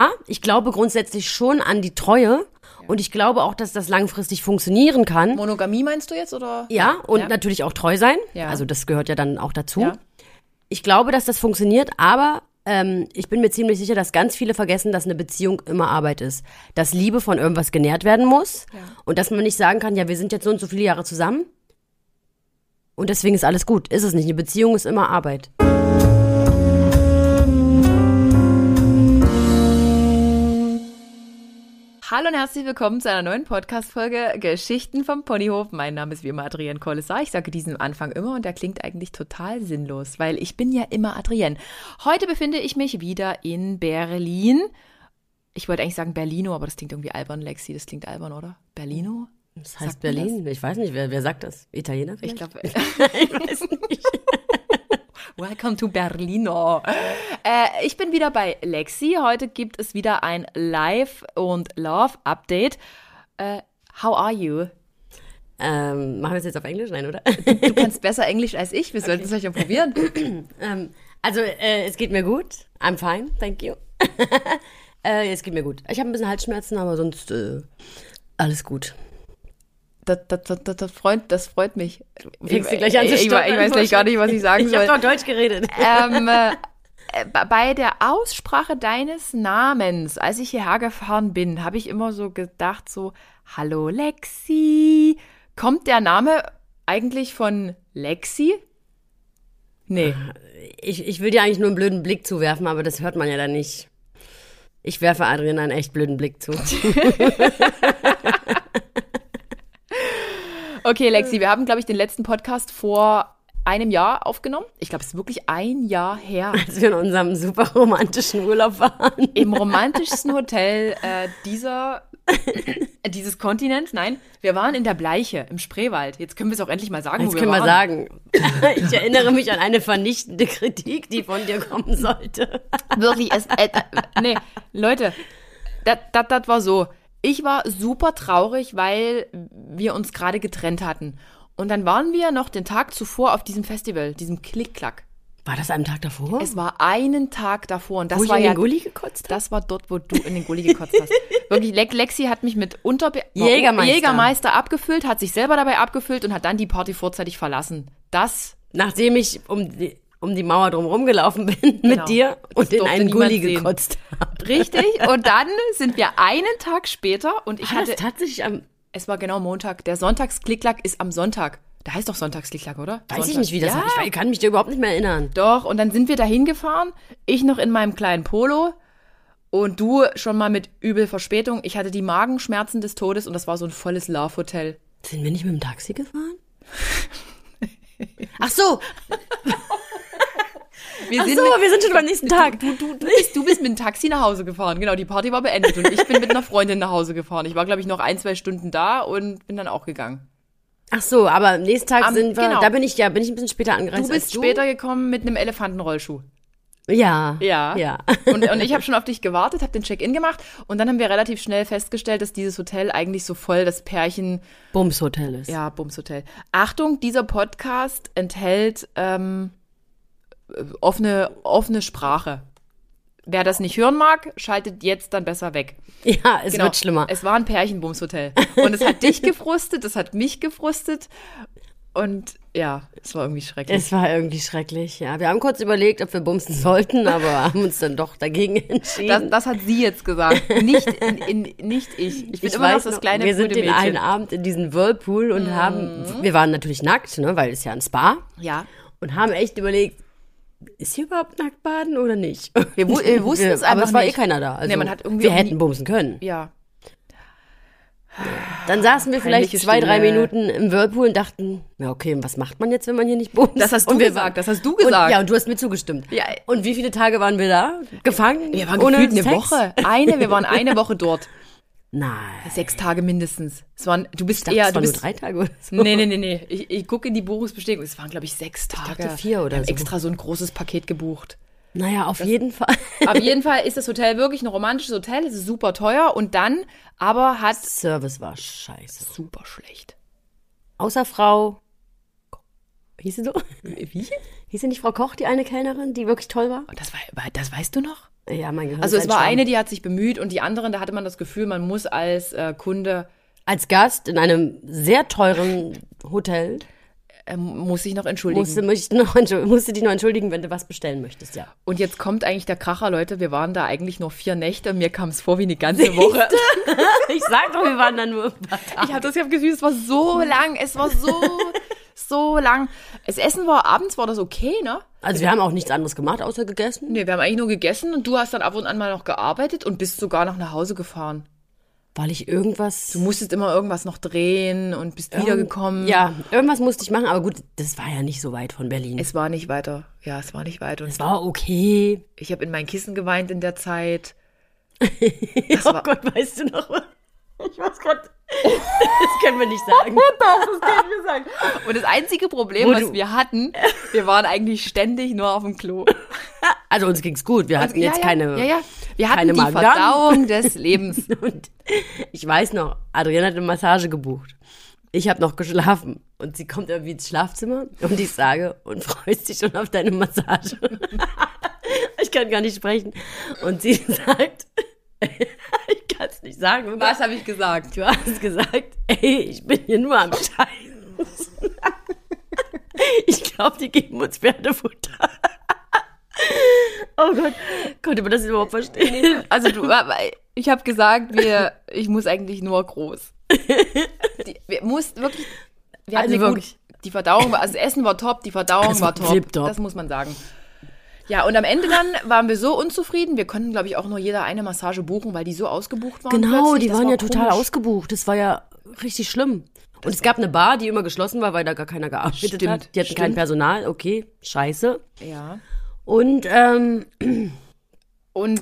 ja, Ah, ich glaube grundsätzlich schon an die Treue. Und ich glaube auch, dass das langfristig funktionieren kann. Monogamie meinst du jetzt oder? Ja, und Ja. natürlich auch treu sein. Ja. Also das gehört ja dann auch dazu. Ja. Ich glaube, dass das funktioniert, aber ähm, ich bin mir ziemlich sicher, dass ganz viele vergessen, dass eine Beziehung immer Arbeit ist. Dass Liebe von irgendwas genährt werden muss. Und dass man nicht sagen kann, ja, wir sind jetzt so und so viele Jahre zusammen. Und deswegen ist alles gut. Ist es nicht. Eine Beziehung ist immer Arbeit. Hallo und herzlich willkommen zu einer neuen Podcast-Folge Geschichten vom Ponyhof. Mein Name ist wie immer Adrienne Kollessar. Ich sage diesen Anfang immer und der klingt eigentlich total sinnlos, weil ich bin ja immer Adrienne. Heute befinde ich mich wieder in Berlin. Ich wollte eigentlich sagen Berlino, aber das klingt irgendwie albern, Lexi. Das klingt albern, oder? Berlino? Das heißt Sagt man Berlin. Ich weiß nicht, wer, wer sagt das? Italiener? Ich vielleicht? glaube, ich weiß nicht. Welcome to Berlino. Äh, ich bin wieder bei Lexi. Heute gibt es wieder ein Live- und Love-Update. Äh, how are you? Ähm, machen wir es jetzt auf Englisch? Nein, oder? Du kannst besser Englisch als ich. Wir sollten es euch ja probieren. Ähm, also, äh, es geht mir gut. I'm fine, thank you. äh, es geht mir gut. Ich habe ein bisschen Halsschmerzen, aber sonst äh, alles gut. Das, das, das, das, das, freut, das freut mich. Fängst du gleich an zu ich, ich, ich stottern, weiß gleich gar nicht, was ich sagen Ich habe soll. doch Deutsch geredet. ähm, äh, b- bei der Aussprache deines Namens, als ich hierher gefahren bin, habe ich immer so gedacht, so, hallo Lexi. Kommt der Name eigentlich von Lexi? Nee. Ich, ich will dir eigentlich nur einen blöden Blick zuwerfen, aber das hört man ja dann nicht. Ich werfe Adrian einen echt blöden Blick zu. Okay, Lexi, wir haben, glaube ich, den letzten Podcast vor einem Jahr aufgenommen. Ich glaube, es ist wirklich ein Jahr her. Als wir in unserem super romantischen Urlaub waren. Im romantischsten Hotel äh, dieser, äh, dieses Kontinents. Nein, wir waren in der Bleiche, im Spreewald. Jetzt können wir es auch endlich mal sagen, Jetzt wo können wir wir waren. sagen, ich erinnere mich an eine vernichtende Kritik, die von dir kommen sollte. Wirklich, es, äh, äh, nee, Leute, das das war so. Ich war super traurig, weil wir uns gerade getrennt hatten. Und dann waren wir noch den Tag zuvor auf diesem Festival, diesem Klick-Klack. War das am Tag davor? Es war einen Tag davor und das wo ich war in ja den Gully gekotzt das war dort, wo du in den Gully gekotzt hast. Wirklich, Lex Lexi hat mich mit Unterbe Jägermeister. Jägermeister abgefüllt, hat sich selber dabei abgefüllt und hat dann die Party vorzeitig verlassen. Das nachdem ich um die, um die Mauer drum rumgelaufen bin Genau. mit dir Das und in durfte einen niemand Gully sehen. gekotzt habe. richtig. Und dann sind wir einen Tag später und ich War das hatte tatsächlich am, Es war genau Montag. Der Sonntagsklicklack ist am Sonntag. Da heißt doch Sonntagsklicklack, oder? weiß Sonntag. ich nicht, wie das ja. war. Ich kann mich da überhaupt nicht mehr erinnern. Doch, und dann sind wir da hingefahren. Ich noch in meinem kleinen Polo und du schon mal mit übel Verspätung. Ich hatte die Magenschmerzen des Todes und das war so ein volles Love-Hotel. Sind wir nicht mit dem Taxi gefahren? Ach so, Wir ach so, wir sind schon beim nächsten Tag. Du, du, du, bist, du bist mit dem Taxi nach Hause gefahren. Genau, die Party war beendet und ich bin mit einer Freundin nach Hause gefahren. Ich war, glaube ich, noch ein, zwei Stunden da und bin dann auch gegangen. Ach so, aber am nächsten Tag Am- sind wir, genau. da bin ich ja, bin ich ein bisschen später angereist Du bist als Also du. später gekommen mit einem Elefantenrollschuh. Ja. Ja. Ja. Und, und ich habe schon auf dich gewartet, habe den Check-in gemacht und dann haben wir relativ schnell festgestellt, dass dieses Hotel eigentlich so voll das Pärchen, Bums Hotel ist. ja, Bums Hotel. Achtung, dieser Podcast enthält ähm, äh, offene, offene Sprache. Wer das nicht hören mag, schaltet jetzt dann besser weg. Ja, es wird schlimmer. Genau. Es war ein Pärchenbumshotel. Und es hat dich gefrustet, es hat mich gefrustet. Und ja, es war irgendwie schrecklich. Es war irgendwie schrecklich, ja. Wir haben kurz überlegt, ob wir bumsen sollten, aber haben uns dann doch dagegen entschieden. Das, das hat sie jetzt gesagt. Nicht, in, in, nicht ich. Ich bin immer noch das kleine wir sind gute den Mädchen. Mhm. einen Abend in diesen Whirlpool und haben, wir waren natürlich nackt, ne, weil es ja ein Spa Ja. und haben echt überlegt, ist hier überhaupt nackt baden oder nicht? Wir wu- wir wussten es Aber einfach es war eh nicht. keiner da. Also Nee, man hat irgendwie wir auch hätten nie- bumsen können. Ja. Dann saßen wir vielleicht Peinliche zwei, drei Stille. Minuten im Whirlpool und dachten, na okay, und was macht man jetzt, wenn man hier nicht bumst? Das hast du und wir gesagt, waren- das hast du gesagt. Und, ja, und du hast mir zugestimmt. Ja. Und wie viele Tage waren wir da? Gefangen? Wir waren Ohne gefühlt eine Sex? Woche. Eine, wir waren eine Woche dort. Nein. Sechs Tage mindestens. Es waren, du bist Ich dachte, eher, es du waren nur bist. drei Tage oder so. Nee, nee, nee, nee. Ich, ich gucke in die Buchungsbestätigung. Es waren, glaube ich, sechs Tage. dachte vier oder Wir haben so. extra so ein großes Paket gebucht. Naja, auf jeden Fall. Auf jeden Fall ist das Hotel wirklich ein romantisches Hotel. Es ist super teuer und dann aber hat Service war scheiße. super schlecht. Außer Frau. Hieß sie so? Wie? Hieß sie nicht Frau Koch, die eine Kellnerin, die wirklich toll war? Und das, wei- das weißt du noch? Ja, mein Gehirn. Also ist halt es war ein Schwamm. eine, die hat sich bemüht und die anderen, da hatte man das Gefühl, man muss als äh, Kunde, Als Gast in einem sehr teuren Hotel äh, muss sich noch entschuldigen. musste, mich noch, entschu- musste dich noch entschuldigen, wenn du was bestellen möchtest, ja. Und jetzt kommt eigentlich der Kracher, Leute. Wir waren da eigentlich nur vier Nächte. Mir kam es vor wie eine ganze Woche. Ich sag doch, wir waren dann nur. Ich hatte das Gefühl, es war so Hm. lang. Es war so, so lang. Das Essen war abends, war das okay, ne? Also wir haben auch nichts anderes gemacht, außer gegessen. Nee, wir haben eigentlich nur gegessen und du hast dann ab und an mal noch gearbeitet und bist sogar noch nach Hause gefahren. Weil ich irgendwas. Du musstest immer irgendwas noch drehen und bist wiedergekommen. Ja, irgendwas musste ich machen, aber gut, das war ja nicht so weit von Berlin. Es Es war nicht weiter. Ja, es war nicht weiter. Und war okay. ich habe in mein Kissen geweint in der Zeit. oh war- Gott, weißt du noch was? Ich weiß grad. Das können wir nicht sagen. Und das einzige Problem, Wo was du- wir hatten, wir waren eigentlich ständig nur auf dem Klo. Also uns ging's gut. Wir hatten ja, jetzt ja, keine. Ja, ja. Wir hatten keine die Magen-Darm. Verdauung des Lebens. Und ich weiß noch, Adrienne hat eine Massage gebucht. Ich habe noch geschlafen. Und sie kommt irgendwie ins Schlafzimmer und ich sage, und freust dich schon auf deine Massage. ich kann gar nicht sprechen. Und sie sagt, ich kann es nicht sagen. oder? Was habe ich gesagt? Du hast gesagt, ey, ich bin hier nur am Scheißen. Ich glaube, die geben uns Pferdefutter. Oh Gott, konnte man das überhaupt verstehen? Also du, ich habe gesagt, wir, ich muss eigentlich nur groß. Die, wir mussten wirklich, wir hatten Also eine wirklich. Gut, die Verdauung war, also das Essen war top, die Verdauung Das war war top, tipptopp. das muss man sagen. Ja, und am Ende dann waren wir so unzufrieden. Wir konnten, glaube ich, auch nur jeder eine Massage buchen, weil die so ausgebucht waren. Genau, plötzlich. die Das waren war ja total komisch. ausgebucht. Das war ja richtig schlimm. Und es gab eine Bar, die immer geschlossen war, weil da gar keiner gearbeitet Stimmt, hat. Die hatten stimmt. kein Personal, okay, scheiße. Ja. Und ähm, Und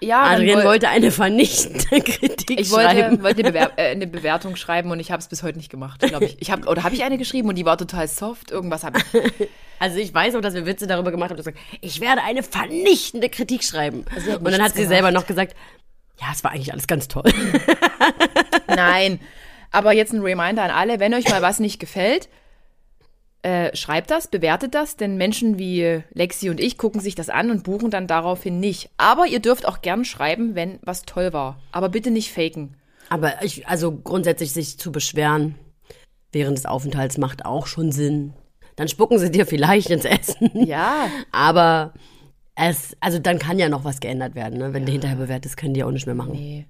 ja, Ah, dann Adrian woll- wollte eine vernichtende Kritik Ich wollte, schreiben. wollte eine, Bewer äh, eine Bewertung schreiben und ich habe es bis heute nicht gemacht, glaube ich. ich hab, oder habe ich eine geschrieben und die war total soft? Irgendwas habe ich. Also ich weiß noch, dass wir Witze darüber gemacht haben, dass wir gesagt, ich werde eine vernichtende Kritik schreiben. sie Also hat Und dann nichts hat sie gemacht. selber noch gesagt, ja, es war eigentlich alles ganz toll. Nein. Aber jetzt ein Reminder an alle, wenn euch mal was nicht gefällt, äh, schreibt das, bewertet das, denn Menschen wie Lexi und ich gucken sich das an und buchen dann daraufhin nicht. Aber ihr dürft auch gern schreiben, wenn was toll war. Aber bitte nicht faken. Aber ich, also grundsätzlich sich zu beschweren während des Aufenthalts macht auch schon Sinn. Dann spucken sie dir vielleicht ins Essen. Ja. Aber es, also dann kann ja noch was geändert werden. Ne? Wenn du hinterher bewertest, können die auch nicht mehr machen. Nee.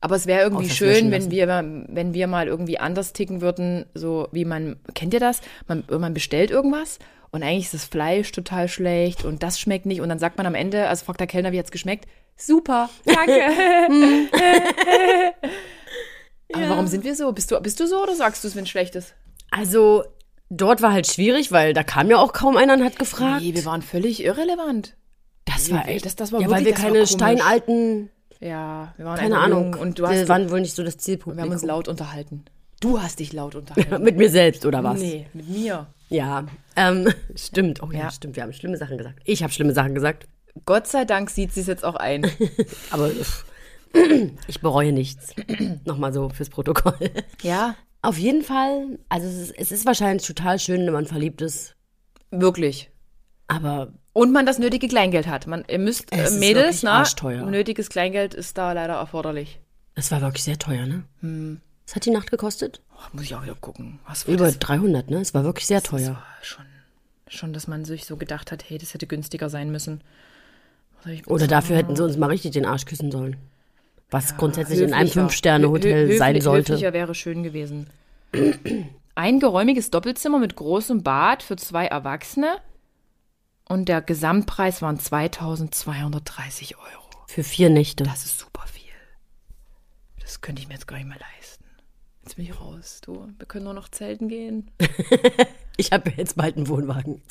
Aber es wäre irgendwie Außer es schön, löschen wenn lassen. wir, mal- wenn wir mal irgendwie anders ticken würden, so wie man, kennt ihr das? Man, man bestellt irgendwas und eigentlich ist das Fleisch total schlecht und das schmeckt nicht und dann sagt man am Ende, also fragt der Kellner, wie hat's geschmeckt? Super, danke. Aber warum sind wir so? Bist du, bist du so oder sagst du es, wenn schlecht ist? Also dort war halt schwierig, weil da kam ja auch kaum einer und hat gefragt. Nee, wir waren völlig irrelevant. das nee, das- das war ja, weil wirklich- wir das war keine komisch. steinalten, Ja, wir waren keine einfach Ahnung. jung Und du wir hast, waren wohl nicht so das wir haben Zielpublikum. uns laut unterhalten. Du hast dich laut unterhalten. Mit mir selbst oder was? nee, mit mir. Ja, ähm, stimmt. Oh ja, Ja. stimmt. Wir haben schlimme Sachen gesagt. Ich habe schlimme Sachen gesagt. Gott sei Dank sieht sie es jetzt auch ein. Aber pff, ich bereue nichts. Nochmal so fürs Protokoll. Ja, Auf jeden Fall, also es ist, es ist wahrscheinlich total schön, wenn man verliebt ist. wirklich. Aber Und man das nötige Kleingeld hat. Man, ihr müsst, äh, Es ist Mädels, wirklich na, arschteuer. nötiges Kleingeld ist da leider erforderlich. es war wirklich sehr teuer, ne? Was hat die Nacht gekostet? Oh, muss ich auch wieder gucken. Was war Über das? 300, ne? Es war wirklich sehr teuer. Schon, schon, dass man sich so gedacht hat, hey, das hätte günstiger sein müssen. Was hab ich Oder dafür hätten sie uns mal richtig den Arsch küssen sollen. Was grundsätzlich in einem Höflicher. Hö- Fünf-Sterne-Hotel hö- sein höflich- sollte. Höflicher wäre schön gewesen. Ein geräumiges Doppelzimmer mit großem Bad für zwei Erwachsene. Und der Gesamtpreis waren 2230 Euro. Für vier Nächte. Das ist super viel. Das könnte ich mir jetzt gar nicht mehr leisten. Jetzt bin ich raus, du. Wir können nur noch zelten gehen. Ich habe jetzt bald einen Wohnwagen.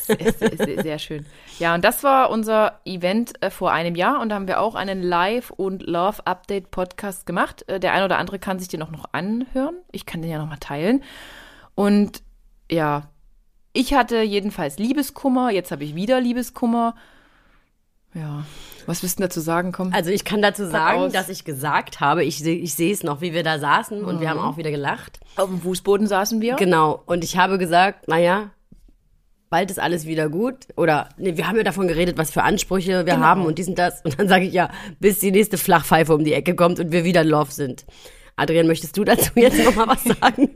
Sehr, sehr, sehr, sehr schön. Ja, und das war unser Event äh, vor einem Jahr. Und da haben wir auch einen Live- und Love-Update-Podcast gemacht. Äh, der ein oder andere kann sich den auch noch anhören. Ich kann den ja nochmal teilen. Und ja, ich hatte jedenfalls Liebeskummer. Jetzt habe ich wieder Liebeskummer. Ja, was wirst du denn dazu sagen? Komm. Also ich kann dazu sagen, aus. dass ich gesagt habe, ich, seh- ich sehe es noch, wie wir da saßen und wir haben auch wieder gelacht. Auf dem Fußboden saßen wir. Genau. Und ich habe gesagt, naja, bald ist alles wieder gut. Oder nee, wir haben ja davon geredet, was für Ansprüche wir haben und dies und das. Und dann sage ich ja, bis die nächste Flachpfeife um die Ecke kommt und wir wieder in Love sind. Adrian, möchtest du dazu jetzt nochmal was sagen?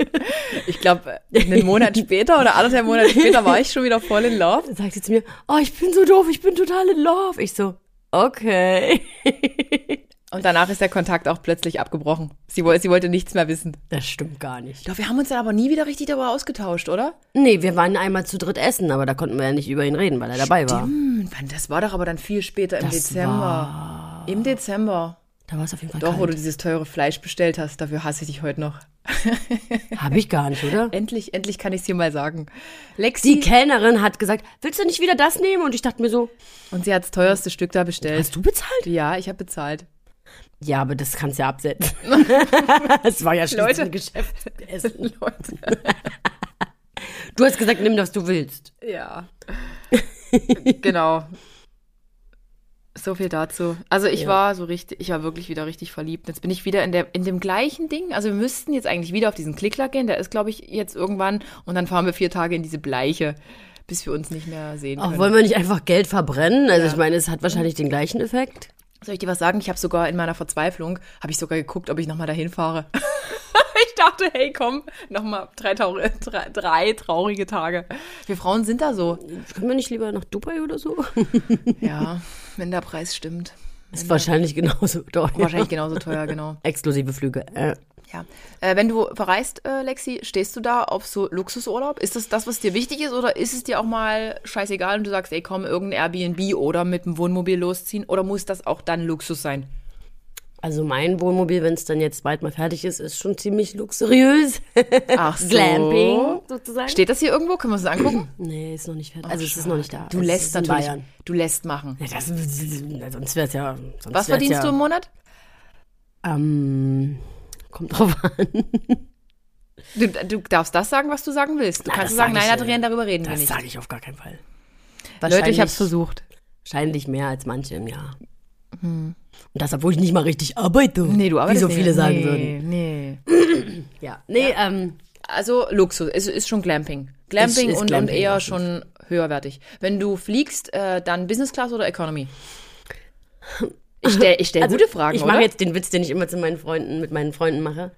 Ich glaube, einen Monat später oder anderthalb Monate später war ich schon wieder voll in Love. Dann sagt sie zu mir, oh, ich bin so doof, ich bin total in Love. Ich so, okay. Und danach ist der Kontakt auch plötzlich abgebrochen. Sie, woll- sie wollte nichts mehr wissen. Das stimmt gar nicht. Doch, wir haben uns dann aber nie wieder richtig darüber ausgetauscht, oder? Nee, wir waren einmal zu dritt essen, aber da konnten wir ja nicht über ihn reden, weil er dabei war. Hm, wann- das war doch aber dann viel später im Das Dezember. Im Dezember. Da war es auf jeden Fall Doch, wo du kalt. dieses teure Fleisch bestellt hast. Dafür hasse ich dich heute noch. Hab ich gar nicht, oder? Endlich, endlich kann ich es dir mal sagen. Lexi. Die Kellnerin hat gesagt, willst du nicht wieder das nehmen? Und ich dachte mir so, und sie hat das teuerste Stück da bestellt. hast du bezahlt? Ja, ich habe bezahlt. Ja, aber das kannst du ja absetzen. Es war ja schließlich Leute. ein Geschäftsessen. Leute. Du hast gesagt, nimm das, du willst. Ja. genau. So viel dazu. Also ich war so richtig, ich war wirklich wieder richtig verliebt. Jetzt bin ich wieder in, der, in dem gleichen Ding. Also wir müssten jetzt eigentlich wieder auf diesen Klickler gehen. Der ist, glaube ich, jetzt irgendwann. Und dann fahren wir vier Tage in diese Bleiche, bis wir uns nicht mehr sehen Auch können. wollen wir nicht einfach Geld verbrennen? Also ich meine, es hat wahrscheinlich den gleichen Effekt. Soll ich dir was sagen? Ich habe sogar in meiner Verzweiflung, habe ich sogar geguckt, ob ich nochmal dahin fahre. ich dachte, hey, komm, nochmal drei, trau- drei, drei traurige Tage. Wir Frauen sind da so. Können wir nicht lieber nach Dubai oder so? Ja, wenn der Preis stimmt. Ist wahrscheinlich genauso teuer. Wahrscheinlich genauso teuer, genau. Exklusive Flüge. Äh. Ja. Äh, wenn du verreist, äh, Lexi, stehst du da auf so Luxusurlaub? Ist das das, was dir wichtig ist? Oder ist es dir auch mal scheißegal und du sagst, ey, komm, irgendein Airbnb oder mit dem Wohnmobil losziehen? Oder muss das auch dann Luxus sein? Also mein Wohnmobil, wenn es dann jetzt bald mal fertig ist, ist schon ziemlich luxuriös. Ach so. Glamping sozusagen. Steht das hier irgendwo? Können wir uns das angucken? Nee, ist noch nicht fertig. Also es ist noch nicht da. Du es lässt ist in natürlich, Bayern. du lässt machen. Ja, das, sonst wär's ja. Sonst Was verdienst du im ja, Monat? du? Ähm, kommt drauf an. Du, du darfst das sagen, was du sagen willst. Du Na, kannst das sagen, sag nein, ich, Adrian, darüber reden wir Das nicht. sage ich auf gar keinen Fall. Leute, ich Wahrscheinlich- hab's versucht. Wahrscheinlich mehr als manche im Jahr. Und das, obwohl ich nicht mal richtig arbeite. Hm. Nee, du arbeitest Wie so viele nicht. sagen nee, würden. Nee. Ja. Nee, ähm, Also Luxus, es ist schon Glamping. Glamping, Ist- ist und, Glamping, und ja. eher schon höherwertig. Wenn du fliegst, äh, dann Business Class oder Economy? Ich stelle ich stell gute Fragen, Also ich oder? mache jetzt den Witz, den ich immer zu meinen Freunden, mit meinen Freunden mache.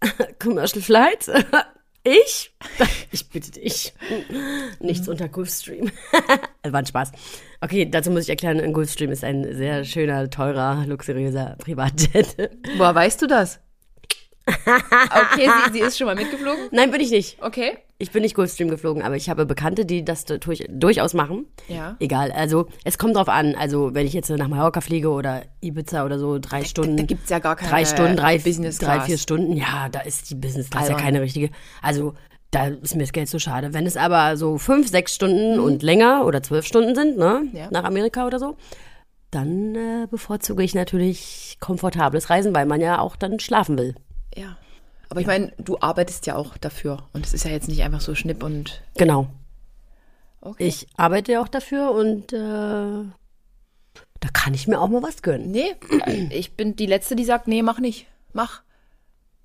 Commercial Flights. ich? Ich bitte dich. Nichts unter Gulfstream. War ein Spaß. Okay, dazu muss ich erklären, ein Gulfstream ist ein sehr schöner, teurer, luxuriöser Privatjet. Woher weißt du das? Okay, sie, sie ist schon mal mitgeflogen. Nein, bin ich nicht. Okay. Ich bin nicht Gulfstream geflogen, aber ich habe Bekannte, die das durch, durchaus machen. Ja. Egal, also es kommt drauf an. Also wenn ich jetzt nach Mallorca fliege oder Ibiza oder so, drei Stunden. Da gibt's ja gar keine drei Stunden, drei, Business drei, Class. vier Stunden. Ja, da ist die Business Class ja Albern. keine richtige. Also da ist mir das Geld so schade. Wenn es aber so fünf, sechs Stunden und länger oder zwölf Stunden sind, ne, Mhm. Ja. nach Amerika oder so, dann äh, bevorzuge ich natürlich komfortables Reisen, weil man ja auch dann schlafen will. Ja. Aber ich meine, du arbeitest ja auch dafür. Und es ist ja jetzt nicht einfach so schnipp und. Genau. Okay. Ich arbeite ja auch dafür und äh, da kann ich mir auch mal was gönnen. Nee, äh, ich bin die Letzte, die sagt, nee, mach nicht. Mach.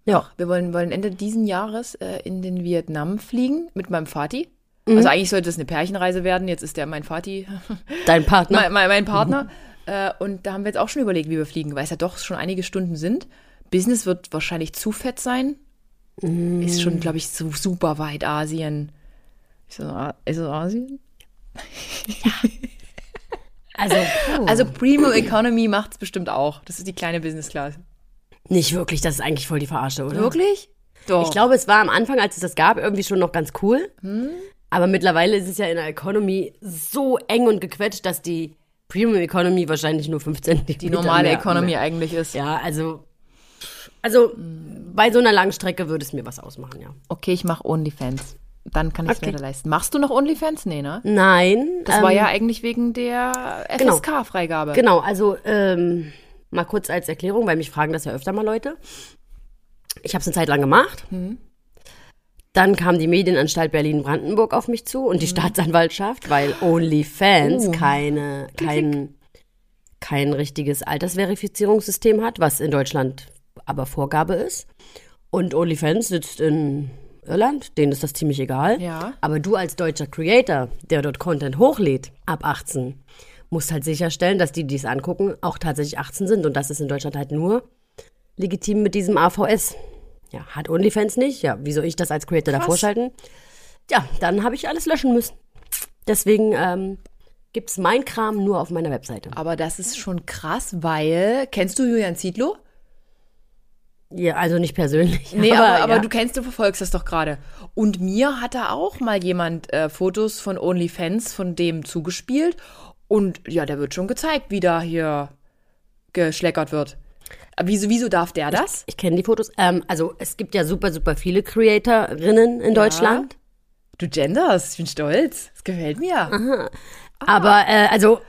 Ja. Wir wollen, wollen Ende diesen Jahres äh, in den Vietnam fliegen mit meinem Vati. Mhm. Also eigentlich sollte es eine Pärchenreise werden. Jetzt ist der mein Vati, Dein Partner. mein, mein, mein Partner. Mhm. Äh, und da haben wir jetzt auch schon überlegt, wie wir fliegen, weil es ja doch schon einige Stunden sind. Business wird wahrscheinlich zu fett sein. Mhm. Ist schon, glaube ich, so super weit Asien. Ist das, A- ist das Asien? Also, puh. Also Primo Economy macht es bestimmt auch. Das ist die kleine Business Class. Nicht wirklich, das ist eigentlich voll die Verarsche, oder? Wirklich? Oh. Doch. Ich glaube, es war am Anfang, als es das gab, irgendwie schon noch ganz cool. Hm? Aber mittlerweile ist es ja in der Economy so eng und gequetscht, dass die Premium Economy wahrscheinlich nur 5 Cent die normale Economy eigentlich ist. Ja, also, also Hm. bei so einer Langstrecke würde es mir was ausmachen, ja. Okay, ich mache OnlyFans. Dann kann ich es Okay. mir da leisten. Machst du noch OnlyFans? Nee, ne? Nein. Das ähm, war ja eigentlich wegen der FSK-Freigabe. Genau, also ähm, mal kurz als Erklärung, weil mich fragen das ja öfter mal Leute. Ich habe es eine Zeit lang gemacht. Dann kam die Medienanstalt Berlin-Brandenburg auf mich zu und die Staatsanwaltschaft, weil OnlyFans Oh. keine, kein, kein richtiges Altersverifizierungssystem hat, was in Deutschland aber Vorgabe ist. Und OnlyFans sitzt in Irland, denen ist das ziemlich egal. Ja. Aber du als deutscher Creator, der dort Content hochlädt, ab 18, musst halt sicherstellen, dass die, die es angucken, auch tatsächlich 18 sind. Und das ist in Deutschland halt nur legitim mit diesem AVS. Ja, hat OnlyFans nicht. Ja, wie soll ich das als Creator Krass. davor schalten? Ja, dann habe ich alles löschen müssen. Deswegen ähm, gibt es mein Kram nur auf meiner Webseite. Aber das ist schon krass, weil. Kennst du Julian Zietlow? Ja, also nicht persönlich. Nee, aber, aber, ja. du kennst, du verfolgst das doch gerade. Und mir hat da auch mal jemand äh, Fotos von OnlyFans von dem zugespielt. Und ja, der wird schon gezeigt, wie da hier geschleckert wird. Aber Wieso, wieso darf der das? Ich kenne die Fotos. Ähm, also es gibt ja super, super viele Creatorinnen in Deutschland. Du genders, ich bin stolz. Das gefällt mir. Ah. Aber äh, also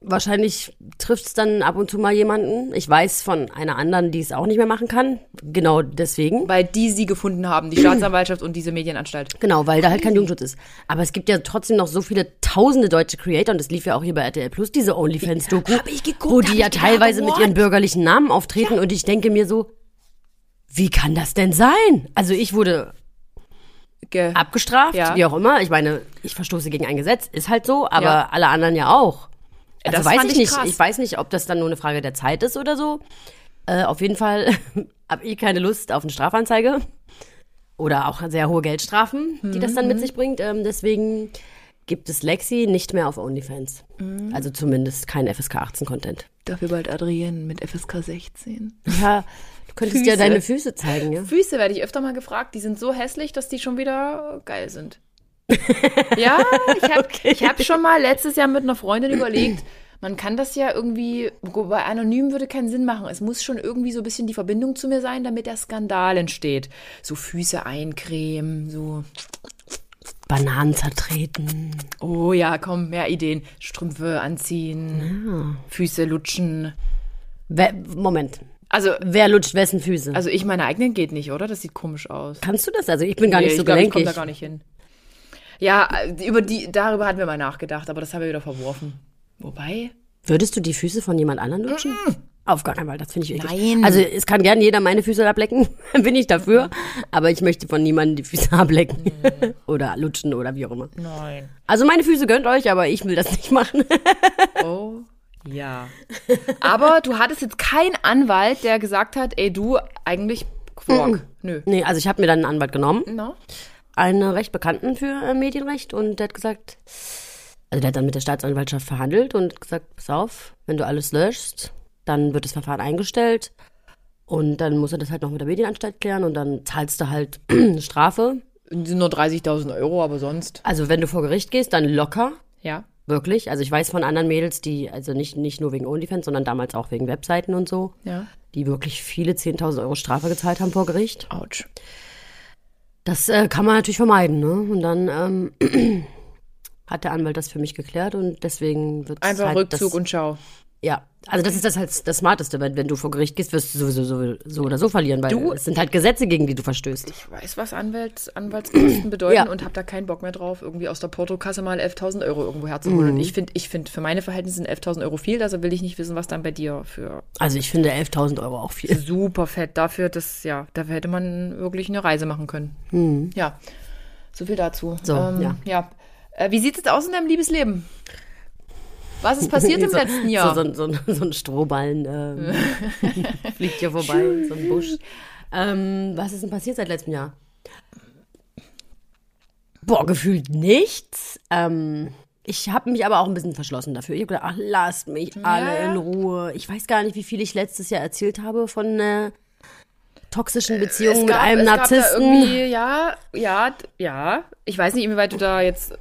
wahrscheinlich trifft es dann ab und zu mal jemanden. Ich weiß von einer anderen, die es auch nicht mehr machen kann. Genau deswegen. Weil die sie gefunden haben, die Staatsanwaltschaft und diese Medienanstalt. Genau, weil da halt kein Jugendschutz ist. Aber es gibt ja trotzdem noch so viele tausende deutsche Creator und es lief ja auch hier bei RTL Plus diese OnlyFans-Doku, Hab ich geguckt, wo hab die ich ja gedacht, teilweise mit what? ihren bürgerlichen Namen auftreten und ich denke mir so, wie kann das denn sein? Also ich wurde Ge abgestraft, Ja. wie auch immer. Ich meine, ich verstoße gegen ein Gesetz, ist halt so, aber Ja. alle anderen ja auch. Also Das weiß fand ich ich nicht. krass. Ich weiß nicht, ob das dann nur eine Frage der Zeit ist oder so. Äh, auf jeden Fall habe ich keine Lust auf eine Strafanzeige oder auch sehr hohe Geldstrafen, die das Mhm. dann mit sich bringt. Ähm, deswegen gibt es Lexi nicht mehr auf OnlyFans. Mhm. Also zumindest kein FSK 18 Content. Dafür bald Adrienne mit FSK 16. Ja, du könntest ja Füße. deine Füße zeigen, ja. Füße werde ich öfter mal gefragt, die sind so hässlich, dass die schon wieder geil sind. ja, ich habe ich hab schon mal letztes Jahr mit einer Freundin überlegt, man kann das ja irgendwie, bei anonym würde keinen Sinn machen. Es muss schon irgendwie so ein bisschen die Verbindung zu mir sein, damit der Skandal entsteht. So Füße eincremen, so. Bananen zertreten. Oh ja, komm, mehr Ideen. Strümpfe anziehen, Füße lutschen. Wer, Moment. Also, Wer lutscht wessen Füße? also ich meine eigenen geht nicht, oder? Das sieht komisch aus. Kannst du das? Also ich bin gar nicht Nee, so ich glaub, Ich komme gelenkig. da gar nicht hin. Ja, äh, über die, darüber hatten wir mal nachgedacht, aber das haben wir wieder verworfen. Wobei? Würdest du die Füße von jemand anderem lutschen? Auf gar keinen Fall, das finde ich eklig. Nein. Also es kann gerne jeder meine Füße ablecken, bin ich dafür. Aber ich möchte von niemandem die Füße ablecken oder lutschen oder wie auch immer. Nein. Also meine Füße gönnt euch, aber ich will das nicht machen. Oh, ja. Aber du hattest jetzt keinen Anwalt, der gesagt hat, ey, du, eigentlich Quark. Nö. nee, also ich habe mir dann einen Anwalt genommen, No? einen recht bekannten für äh, Medienrecht und der hat gesagt, also der hat dann mit der Staatsanwaltschaft verhandelt und hat gesagt, pass auf, wenn du alles löschst, dann wird das Verfahren eingestellt und dann muss er das halt noch mit der Medienanstalt klären und dann zahlst du halt eine Strafe. Sind nur 30.000 Euro, aber sonst. Also wenn du vor Gericht gehst, dann locker, Ja. wirklich. Also ich weiß von anderen Mädels, die, also nicht, nicht nur wegen OnlyFans, sondern damals auch wegen Webseiten und so, Ja. die wirklich viele 10.000 Euro Strafe gezahlt haben vor Gericht. Autsch. Das äh, kann man natürlich vermeiden, ne? Und dann ähm, hat der Anwalt das für mich geklärt und deswegen wird Einfach halt Rückzug das, und schau. Ja, also das ist das halt das Smarteste, wenn, wenn du vor Gericht gehst, wirst du sowieso so, so oder so verlieren, weil Du- es sind halt Gesetze, gegen die du verstößt. Ich weiß, was Anwälts, Anwaltskosten bedeuten Ja. und habe da keinen Bock mehr drauf, irgendwie aus der Portokasse mal 11.000 Euro irgendwo herzuholen. Mhm. Und ich finde, ich find, für meine Verhältnisse sind 11.000 Euro viel, also will ich nicht wissen, was dann bei dir für Also ich finde 11.000 Euro auch viel. super fett dafür, dass, ja, dafür hätte man wirklich eine Reise machen können. Ja, so viel dazu. Mhm. Ähm, So, ja. Äh, wie sieht es aus in deinem Liebesleben? Was ist passiert im so, letzten Jahr? So, so, so, so ein Strohballen ähm, fliegt hier vorbei, so ein Busch. Ähm, was ist denn passiert seit letztem Jahr? Boah, gefühlt nichts. Ähm, ich habe mich aber auch ein bisschen verschlossen dafür. Ich habe gedacht, ach, lasst mich alle Ja. in Ruhe. Ich weiß gar nicht, wie viel ich letztes Jahr erzählt habe von einer toxischen Beziehung mit einem Äh, es Gab da Narzissten. irgendwie, ja, ja, d- ja. Ich weiß nicht, inwieweit du da jetzt.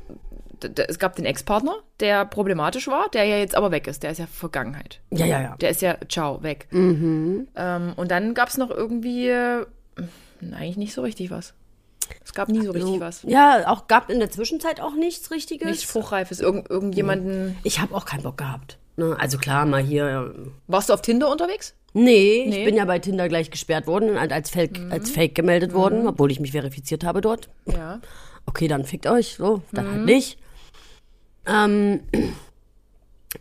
d- d- Es gab den Ex-Partner, der problematisch war, der ja jetzt aber weg ist. Der ist ja Vergangenheit. Ja, ja, ja. Der ist ja, ciao, weg. Mhm. Ähm, und dann gab es noch irgendwie. äh, Eigentlich nicht so richtig was. Es gab nie so richtig was. Also, Ja, auch gab in der Zwischenzeit auch nichts Richtiges. Nichts Fruchtreifes. Irgend, irgendjemanden. ich habe auch keinen Bock gehabt. Ne? Also klar, mal hier Warst du auf Tinder unterwegs? Nee, Nee? Mhm. ich bin ja bei Tinder gleich gesperrt worden und als Fake, als Fake gemeldet worden, obwohl ich mich verifiziert habe dort. Ja. Okay, dann fickt euch, so, dann Mhm. halt nicht. Ähm,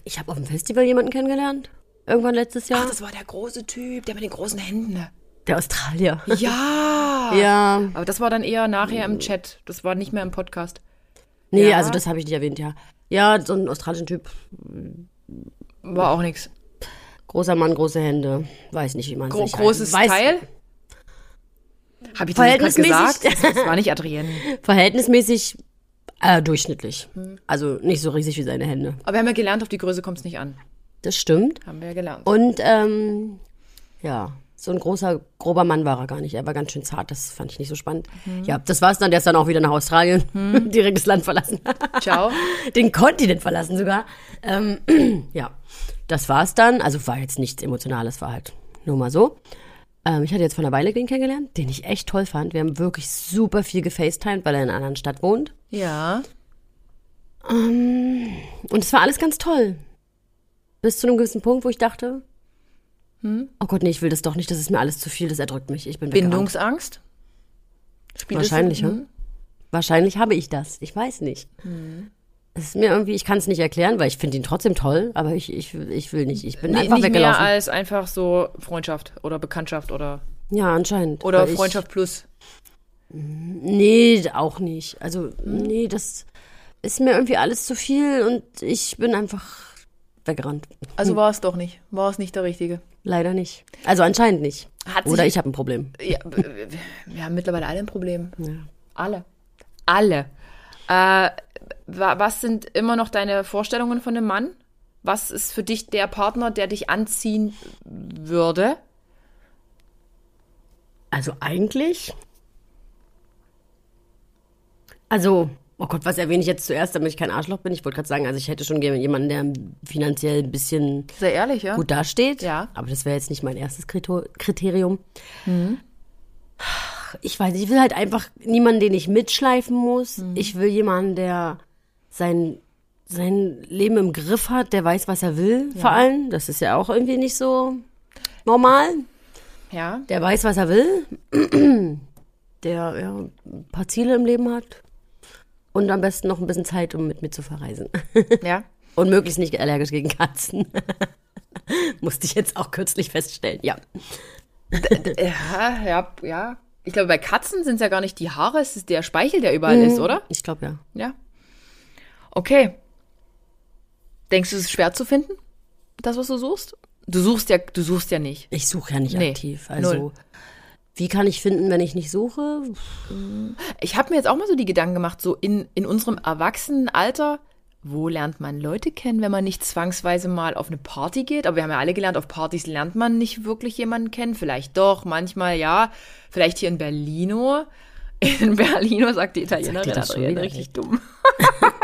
ich habe auf dem Festival jemanden kennengelernt, irgendwann letztes Jahr. Ach, das war der große Typ, der mit den großen Händen. der Australier. Ja. Ja. ne? Ja. Aber das war dann eher nachher im Chat. Das war nicht mehr im Podcast. Nee, Ja. also das habe ich nicht erwähnt, ja. Ja, so einen australischen Typ. War auch nichts. Großer Mann, große Hände. Weiß nicht, wie man Gro sich großes weiß, Teil. Habe ich das gerade gesagt? Verhältnismäßig- Das war nicht Adrienne. Verhältnismäßig äh, durchschnittlich. Mhm. Also nicht so riesig wie seine Hände. Aber wir haben ja gelernt, auf die Größe kommt es nicht an. Das stimmt. Haben wir ja gelernt. Und ähm, ja, so ein großer, grober Mann war er gar nicht. Er war ganz schön zart, das fand ich nicht so spannend. Ja, das war's dann. Der ist dann auch wieder nach Australien. Direkt das Land verlassen. Ciao. Den Kontinent verlassen sogar. Ähm, ja, das war's dann. Also war jetzt nichts Emotionales, war halt nur mal so. Ähm, ich hatte jetzt vor einer Weile den kennengelernt, den ich echt toll fand. Wir haben wirklich super viel gefacetimed, weil er in einer anderen Stadt wohnt. Ja. Ähm, Und es war alles ganz toll. Bis zu einem gewissen Punkt, wo ich dachte, Hm? oh Gott, nee, ich will das doch nicht, das ist mir alles zu viel, das erdrückt mich. Ich bin weggerannt. Bindungsangst? Spielt das- Wahrscheinlich, ne? ja. Mhm. Wahrscheinlich habe ich das. Ich weiß nicht. Hm. Es ist mir irgendwie, ich kann es nicht erklären, weil ich finde ihn trotzdem toll, aber ich, ich, ich will nicht. Ich bin Nee, einfach nicht mehr weggelaufen. als einfach so Freundschaft oder Bekanntschaft oder, ja, anscheinend. oder Weil ich- Freundschaft plus. Nee, auch nicht. Also, Hm? nee, das ist mir irgendwie alles zu viel und ich bin einfach weggerannt. Also war es doch nicht. War es nicht der Richtige. Leider nicht. Also anscheinend nicht. Hat sich- Oder ich habe ein Problem. Ja, w- w- wir haben mittlerweile alle ein Problem. Ja. Alle. Alle. Äh, wa- was sind immer noch deine Vorstellungen von einem Mann? Was ist für dich der Partner, der dich anziehen würde? Also eigentlich. Also, oh Gott, was erwähne ich jetzt zuerst, damit ich kein Arschloch bin? Ich wollte gerade sagen, also ich hätte schon gerne jemanden, der finanziell ein bisschen Sehr ehrlich, ja? gut dasteht. Ja. Aber das wäre jetzt nicht mein erstes Krito- Kriterium. Ich weiß, nicht, ich will halt einfach niemanden, den ich mitschleifen muss. Ich will jemanden, der sein, sein Leben im Griff hat, der weiß, was er will, vor allem. Das ist ja auch irgendwie nicht so normal. Ja. Der weiß, was er will. Der ja, ein paar Ziele im Leben hat. Und am besten noch ein bisschen Zeit, um mit mir zu verreisen. Ja. Und möglichst nicht allergisch gegen Katzen. Musste ich jetzt auch kürzlich feststellen. Ja. Ja, Ah, ja, ja. Ich glaube, bei Katzen sind es ja gar nicht die Haare, es ist der Speichel, der überall ist, oder? Ich glaube ja. Ja. Okay. Denkst du, es ist schwer zu finden? Das, was du suchst? Du suchst ja, du suchst ja nicht. Ich suche ja nicht Nee, aktiv. Also, null. wie kann ich finden, wenn ich nicht suche? Ich habe mir jetzt auch mal so die Gedanken gemacht, so in, in unserem Erwachsenenalter, wo lernt man Leute kennen, wenn man nicht zwangsweise mal auf eine Party geht? Aber wir haben ja alle gelernt, auf Partys lernt man nicht wirklich jemanden kennen. Vielleicht doch, manchmal ja. Vielleicht hier in Berlino. In Berlino sagt die Italienerin, das schon Adrienne, wieder, richtig dumm.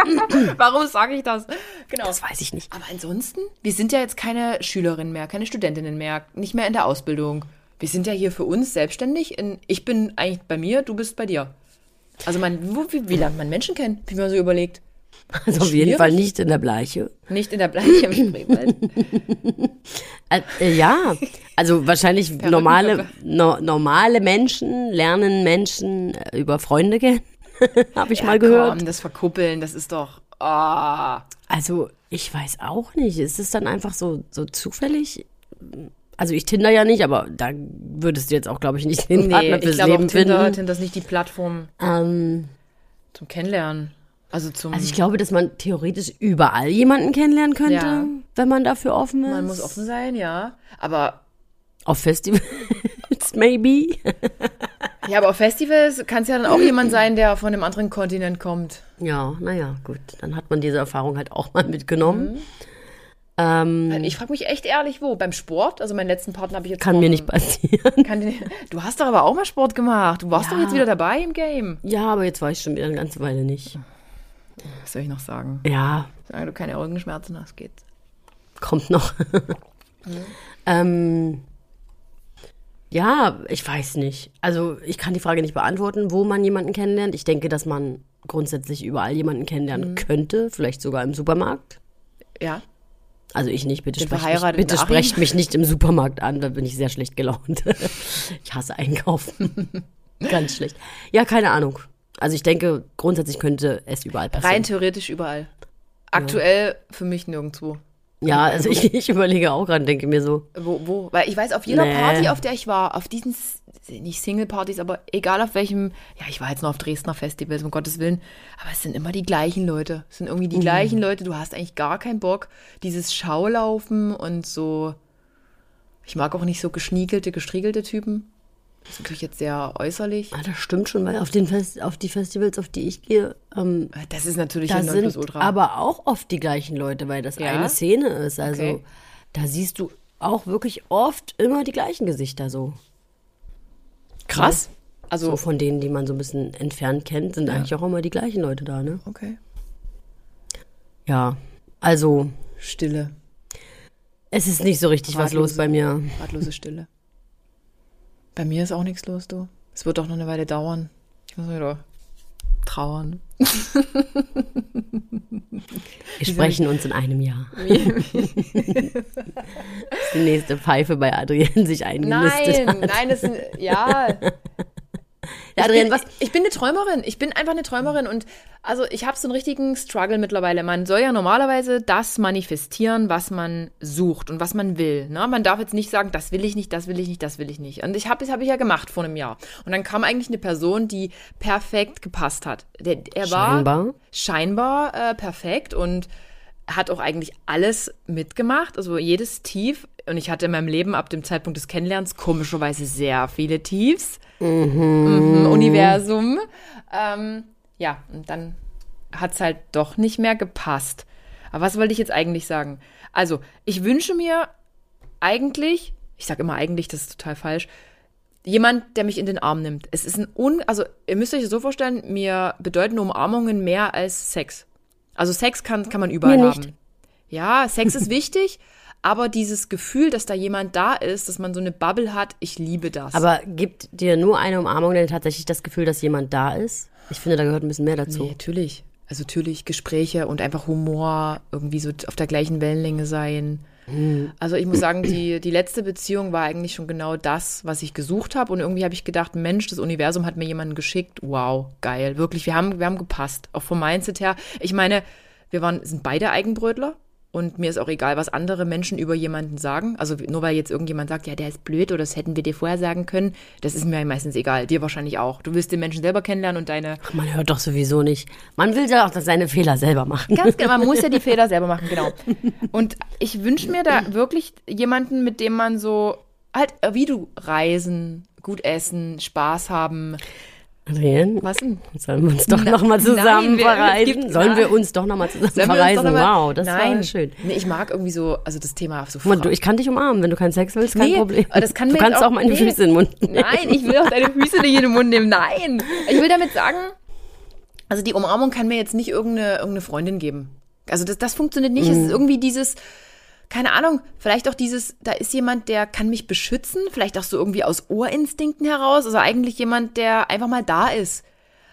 Warum sage ich das? Genau. Das weiß ich nicht. Aber ansonsten, wir sind ja jetzt keine Schülerinnen mehr, keine Studentinnen mehr, nicht mehr in der Ausbildung. Wir sind ja hier für uns selbstständig. In, ich bin eigentlich bei mir, du bist bei dir. Also man, wo, wie, wie lernt man Menschen kennen, wie man so überlegt? Also auf jeden Schwierig. Fall nicht in der Bleiche. Nicht in der Bleiche im Spreewald. Äh, äh, ja, also wahrscheinlich normale, no, normale Menschen lernen Menschen äh, über Freunde kennen. Habe ich mal gehört. Komm, das Verkuppeln, das ist doch. ah. Also, ich weiß auch nicht. Ist es dann einfach so, so zufällig? Also, ich Tinder ja nicht, aber da würdest du jetzt auch, glaube ich, nicht den Nee, Partner ich fürs glaube, Leben auf Tinder, finden. Tinder ist nicht die Plattform Ähm, zum Kennenlernen. Also zum. also, ich glaube, dass man theoretisch überall jemanden kennenlernen könnte, Ja. wenn man dafür offen ist. man muss offen sein, ja. Aber Auf Festivals, maybe. Ja, aber auf Festivals kann es ja dann auch jemand sein, der von einem anderen Kontinent kommt. Ja, naja, gut. Dann hat man diese Erfahrung halt auch mal mitgenommen. Ähm, Äh, Ich frage mich echt ehrlich, wo? Beim Sport? Also meinen letzten Partner habe ich jetzt. kann mir nicht passieren. Kann den, du hast doch aber auch mal Sport gemacht. Du warst doch jetzt wieder dabei im Game. Ja, aber jetzt war ich schon wieder eine ganze Weile nicht. Was soll ich noch sagen? Ja, Solange du keine Augenschmerzen hast, geht's. kommt noch. ähm, ja, ich weiß nicht. Also ich kann die Frage nicht beantworten, wo man jemanden kennenlernt. Ich denke, dass man grundsätzlich überall jemanden kennenlernen könnte, vielleicht sogar im Supermarkt. Ja. Also ich nicht, bitte, Den sprecht mich, verheirateten bitte Achim. sprecht mich nicht im Supermarkt an, da bin ich sehr schlecht gelaunt. ich hasse Einkaufen. Ganz schlecht. Ja, keine Ahnung. Also ich denke, grundsätzlich könnte es überall passieren. Rein theoretisch überall. Aktuell für mich nirgendwo. ja, also ich, ich überlege auch gerade, und denke mir so, Wo, wo? Weil ich weiß, auf jeder Nee. Party, auf der ich war, auf diesen s- nicht Single-Partys, aber egal auf welchem, ja, ich war jetzt nur auf Dresdner Festivals, um Gottes Willen, aber es sind immer die gleichen Leute. Es sind irgendwie Mhm. die gleichen Leute, du hast eigentlich gar keinen Bock. Dieses Schaulaufen und so. Ich mag auch nicht so geschniegelte, gestriegelte Typen. Das ist natürlich jetzt sehr äußerlich. Ah, das stimmt schon, weil auf, den Fest auf die Festivals, auf die ich gehe, ähm, Das ist natürlich da ein sind Nonplusultra. aber auch oft die gleichen Leute, weil das Ja? eine Szene ist. Also Okay. da siehst du auch wirklich oft immer die gleichen Gesichter so. krass. Also, So von denen, die man so ein bisschen entfernt kennt, sind eigentlich auch immer die gleichen Leute da, ne? okay. Ja. Also, Stille. es ist nicht so richtig was Ratlos. los bei mir. Ratlose Stille. Bei mir ist auch nichts los, du. Es wird auch noch eine Weile dauern. Ich muss wieder trauern. Wir sprechen uns in einem Jahr. Ist die nächste Pfeife bei Adrienne sich eingenistet Nein, hat. nein, das ist, ja, Ja, Adrienne, was? Ich bin eine Träumerin. Ich bin einfach eine Träumerin und also ich habe so einen richtigen Struggle mittlerweile. Man soll ja normalerweise das manifestieren, was man sucht und was man will. Ne? Man darf jetzt nicht sagen, das will ich nicht, das will ich nicht, das will ich nicht. Und ich habe das habe ich ja gemacht vor einem Jahr. Und dann kam eigentlich eine Person, die perfekt gepasst hat. Der, er Scheinbar. war scheinbar äh, perfekt und hat auch eigentlich alles mitgemacht, also jedes Tief. Und ich hatte in meinem Leben ab dem Zeitpunkt des Kennenlernens komischerweise sehr viele Tiefs. Mhm, Universum. Ähm, ja, und dann hat es halt doch nicht mehr gepasst. Aber was wollte ich jetzt eigentlich sagen? Also, ich wünsche mir eigentlich, ich sage immer eigentlich, das ist total falsch, jemand, der mich in den Arm nimmt. Es ist ein un, also ihr müsst euch das so vorstellen, mir bedeuten Umarmungen mehr als Sex. Also Sex kann, kann man überall Mir nicht. haben. Ja, Sex ist wichtig, aber dieses Gefühl, dass da jemand da ist, dass man so eine Bubble hat, ich liebe das. Aber gibt dir nur eine Umarmung denn tatsächlich das Gefühl, dass jemand da ist? Ich finde, da gehört ein bisschen mehr dazu. Nee, natürlich. Also natürlich Gespräche und einfach Humor, irgendwie so auf der gleichen Wellenlänge sein. Also ich muss sagen, die, die letzte Beziehung war eigentlich schon genau das, was ich gesucht habe. Und irgendwie habe ich gedacht, Mensch, das Universum hat mir jemanden geschickt. Wow, geil. Wirklich, wir haben, wir haben gepasst. Auch vom Mindset her. Ich meine, wir waren, sind beide Eigenbrötler. Und mir ist auch egal, was andere Menschen über jemanden sagen. Also nur weil jetzt irgendjemand sagt, ja, der ist blöd oder das hätten wir dir vorher sagen können, das ist mir meistens egal. Dir wahrscheinlich auch. Du willst den Menschen selber kennenlernen und deine Man hört doch sowieso nicht. Man will ja auch, dass seine Fehler selber machen. Ganz genau, man muss ja die Fehler selber machen, genau. Und ich wünsche mir da wirklich jemanden, mit dem man so halt äh, wie du reisen, gut essen, Spaß haben. Adrienne, Was denn? sollen wir uns doch nochmal zusammen nein, wir- es verreisen? gibt- Sollen wir nein. uns doch nochmal zusammen Sollen wir uns verreisen? doch noch mal- Wow, das Nein. war schön. Nee, ich mag irgendwie so, also das Thema so Guck mal, Fra- du, ich kann dich umarmen, wenn du keinen Sex willst, kein Nee, Problem. aber das kann du mir kannst jetzt auch, auch- meine nee. Füße in den Mund nehmen. Nein, ich will auch deine Füße nicht in den Mund nehmen. Nein. Ich will damit sagen, also die Umarmung kann mir jetzt nicht irgendeine, irgendeine Freundin geben. Also das, das funktioniert nicht. Es Mhm. ist irgendwie dieses, keine Ahnung, vielleicht auch dieses, da ist jemand, der kann mich beschützen, vielleicht auch so irgendwie aus Ohrinstinkten heraus. Also eigentlich jemand, der einfach mal da ist.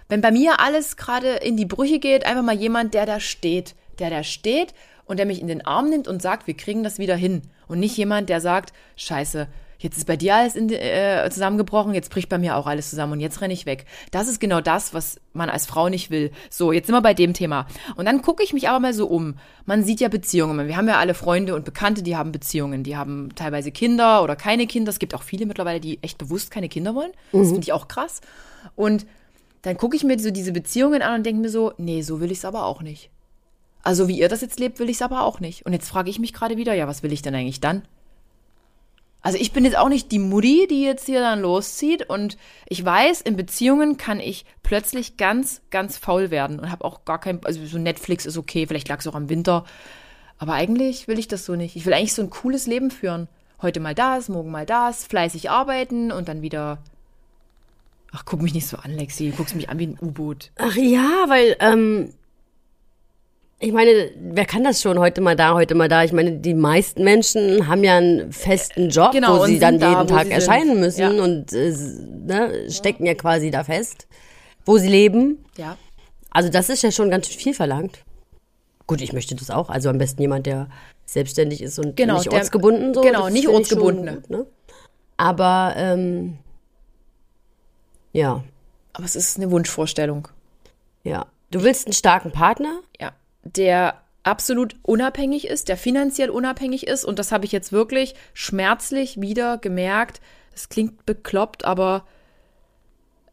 Wenn bei mir alles gerade in die Brüche geht, einfach mal jemand, der da steht, der da steht und der mich in den Arm nimmt und sagt, wir kriegen das wieder hin. Und nicht jemand, der sagt, scheiße, jetzt ist bei dir alles in, äh, zusammengebrochen, jetzt bricht bei mir auch alles zusammen und jetzt renne ich weg. Das ist genau das, was man als Frau nicht will. So, jetzt sind wir bei dem Thema. Und dann gucke ich mich aber mal so um. Man sieht ja Beziehungen. Wir haben ja alle Freunde und Bekannte, die haben Beziehungen. Die haben teilweise Kinder oder keine Kinder. Es gibt auch viele mittlerweile, die echt bewusst keine Kinder wollen. Das finde ich auch krass. Und dann gucke ich mir so diese Beziehungen an und denke mir so, nee, so will ich es aber auch nicht. Also wie ihr das jetzt lebt, will ich es aber auch nicht. Und jetzt frage ich mich gerade wieder, ja, was will ich denn eigentlich dann? Also ich bin jetzt auch nicht die Mutti, die jetzt hier dann loszieht und ich weiß, in Beziehungen kann ich plötzlich ganz, ganz faul werden und habe auch gar kein, also so Netflix ist okay, vielleicht lag es auch am Winter, aber eigentlich will ich das so nicht. Ich will eigentlich so ein cooles Leben führen. Heute mal das, morgen mal das, fleißig arbeiten und dann wieder. Ach, guck mich nicht so an, Lexi. Du guckst mich an wie ein U-Boot. Ach ja, weil, ähm, ich meine, wer kann das schon heute mal da, heute mal da? Ich meine, die meisten Menschen haben ja einen festen Job, Genau, wo und sie sind dann da, jeden wo Tag sie erscheinen sind. müssen Ja. und äh, ne, stecken ja quasi da fest, wo sie leben. Ja. Also das ist ja schon ganz viel verlangt. Gut, ich möchte das auch. Also am besten jemand, der selbstständig ist und Genau, nicht der- ortsgebunden. So. genau, Das nicht finde ich schon ortsgebundene. gut, ne? Aber ähm, ja, Aber es ist eine Wunschvorstellung. ja. Du willst einen starken Partner? ja, der absolut unabhängig ist, der finanziell unabhängig ist. Und das habe ich jetzt wirklich schmerzlich wieder gemerkt. es klingt bekloppt, aber